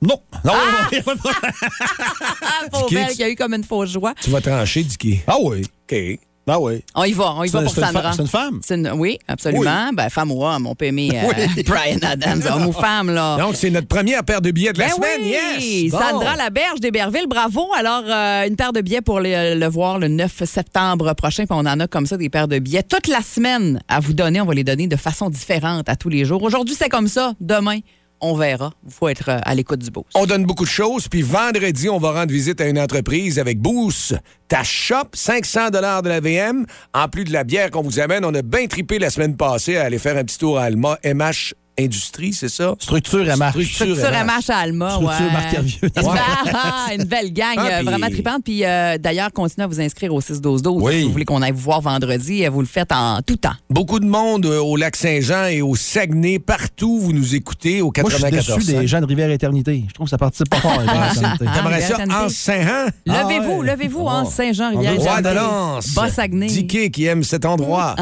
Speaker 5: Non, non, il y a pas de problème.
Speaker 4: <laughs> Ah, pauvre
Speaker 3: Dicky,
Speaker 4: elle
Speaker 3: tu-
Speaker 4: qui a eu comme une fausse joie.
Speaker 3: Tu vas trancher, Dicky.
Speaker 5: Ah oui,
Speaker 3: OK.
Speaker 5: ah oui.
Speaker 4: On y va, on y
Speaker 5: C'est
Speaker 4: va
Speaker 5: une-
Speaker 4: pour
Speaker 5: c'est une
Speaker 4: Sandra.
Speaker 5: femme- c'est une femme?
Speaker 4: C'est une- oui, absolument. Ben, femme ou homme, on peut aimer euh, Brian Adams, <laughs> homme ou femme, là.
Speaker 3: Donc, c'est notre première paire de billets de la
Speaker 4: Ben
Speaker 3: semaine,
Speaker 4: oui,
Speaker 3: yes! Bon.
Speaker 4: Sandra Laberge d'Héberville, bravo. Alors, euh, une paire de billets pour le, le voir le 9 septembre prochain. Puis on en a comme ça des paires de billets toute la semaine à vous donner. On va les donner de façon différente à tous les jours. Aujourd'hui, c'est comme ça. Demain, on verra. Il faut être euh, à l'écoute du beau.
Speaker 3: On donne beaucoup de choses, puis vendredi, on va rendre visite à une entreprise avec Boost. Ta shop, 500 de la VM. En plus de la bière qu'on vous amène, on a bien tripé la semaine passée à aller faire un petit tour à Alma, MH, Industrie, c'est ça?
Speaker 5: Structure et marche.
Speaker 4: Structure à
Speaker 3: hein.
Speaker 4: marche à Alma.
Speaker 5: Structure
Speaker 4: ouais.
Speaker 5: Marc Hervieux.
Speaker 4: Ah, <laughs> ah, une belle gang,
Speaker 5: Ah,
Speaker 4: euh,
Speaker 5: puis-
Speaker 4: vraiment tripante. Puis euh, d'ailleurs, continuez à vous inscrire au 6-12-12.
Speaker 3: Oui.
Speaker 4: Si vous voulez qu'on aille vous voir vendredi, euh, vous le faites en tout temps.
Speaker 3: Beaucoup de monde euh, au lac Saint-Jean et au Saguenay, partout, vous nous écoutez au
Speaker 5: Moi, je suis
Speaker 3: 94.
Speaker 5: déçu des gens de Rivière-Éternité. Je trouve que ça participe pas
Speaker 3: <laughs>
Speaker 5: fort. Rivière-Éternité.
Speaker 3: Ah, T'aimerais ça en Saint-Jean?
Speaker 4: Levez-vous, levez-vous hein, en Saint-Jean, rivière
Speaker 3: Roi de Lance.
Speaker 4: Bas-Saguenay.
Speaker 3: Dicky qui aime cet endroit.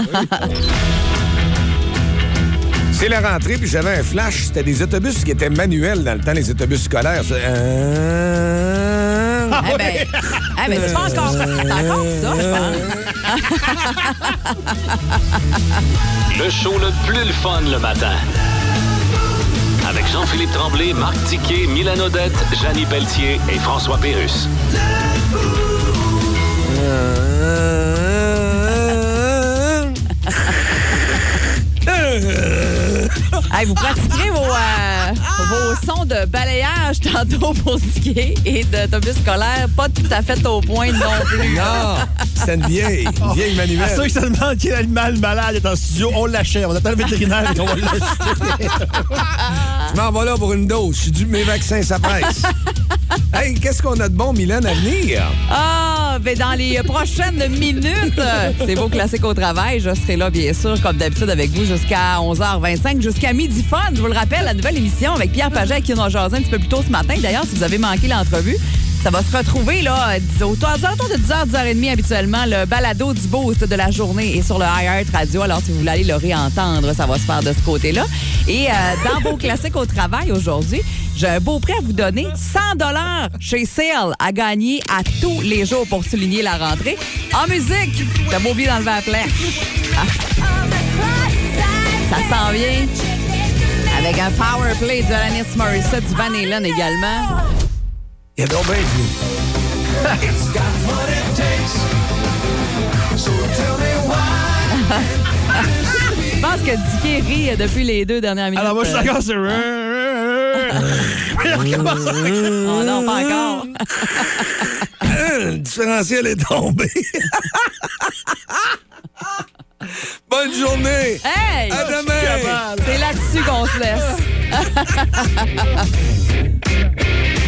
Speaker 3: C'est la rentrée, puis j'avais un flash. C'était des autobus qui étaient manuels dans le temps, les autobus scolaires. C'est- Euh,
Speaker 4: Eh ben, eh ben, c'est pas encore ça. C'est encore ça, je
Speaker 2: Le show le plus le fun le matin. Avec Jean-Philippe Tremblay, Marc Tiquet, Milan Odette, Janine Pelletier et François Pérus.
Speaker 4: pense. Eh, vous pratiquerez vos, euh, vos sons de balayage tantôt pour skier et d'autobus scolaire. Pas tout à fait au point non plus.
Speaker 3: Non, c'est une vieille, une vieille
Speaker 5: À ceux
Speaker 3: manuelle.
Speaker 5: qui se demandent quel animal malade est en studio, on l'achète. On attend le vétérinaire et on va l'acheter.
Speaker 3: Je m'en vais là pour une dose. Je suis dû, mes vaccins, ça presse. hey, qu'est-ce qu'on a de bon, Milan, à venir?
Speaker 4: Ah, ben dans les prochaines minutes, euh, c'est vos classiques au travail. Je serai là, bien sûr, comme d'habitude, avec vous jusqu'à 11h25, jusqu'à midi fun. Je vous le rappelle, la nouvelle émission avec Pierre Paget qui nous a jasé un petit peu plus tôt ce matin. D'ailleurs, si vous avez manqué l'entrevue, ça va se retrouver là, à 10 autour aux alentours de 10h, 10h30 habituellement, le balado du boost de la journée est sur le iHeart Radio. Alors, si vous voulez aller le réentendre, ça va se faire de ce côté-là. Et euh, dans vos classiques au travail aujourd'hui, j'ai un beau prêt à vous donner. 100 dollars chez Sale à gagner à tous les jours pour souligner la rentrée. En musique, t'as beau bien d'enlever la flèche. Ah. Ça s'en vient. Avec un power play de Alanis Morissette, du Van Halen également.
Speaker 3: Il y a donc bien du-
Speaker 4: Je pense que Dicky rit depuis les deux dernières minutes.
Speaker 5: Alors, moi, je suis
Speaker 4: Euh,
Speaker 5: d'accord, c'est.
Speaker 4: Oh non, pas encore.
Speaker 3: Hein, Le différentiel est <laughs> tombé. Bonne journée.
Speaker 4: Hey!
Speaker 3: À demain.
Speaker 4: C'est là-dessus qu'on se laisse.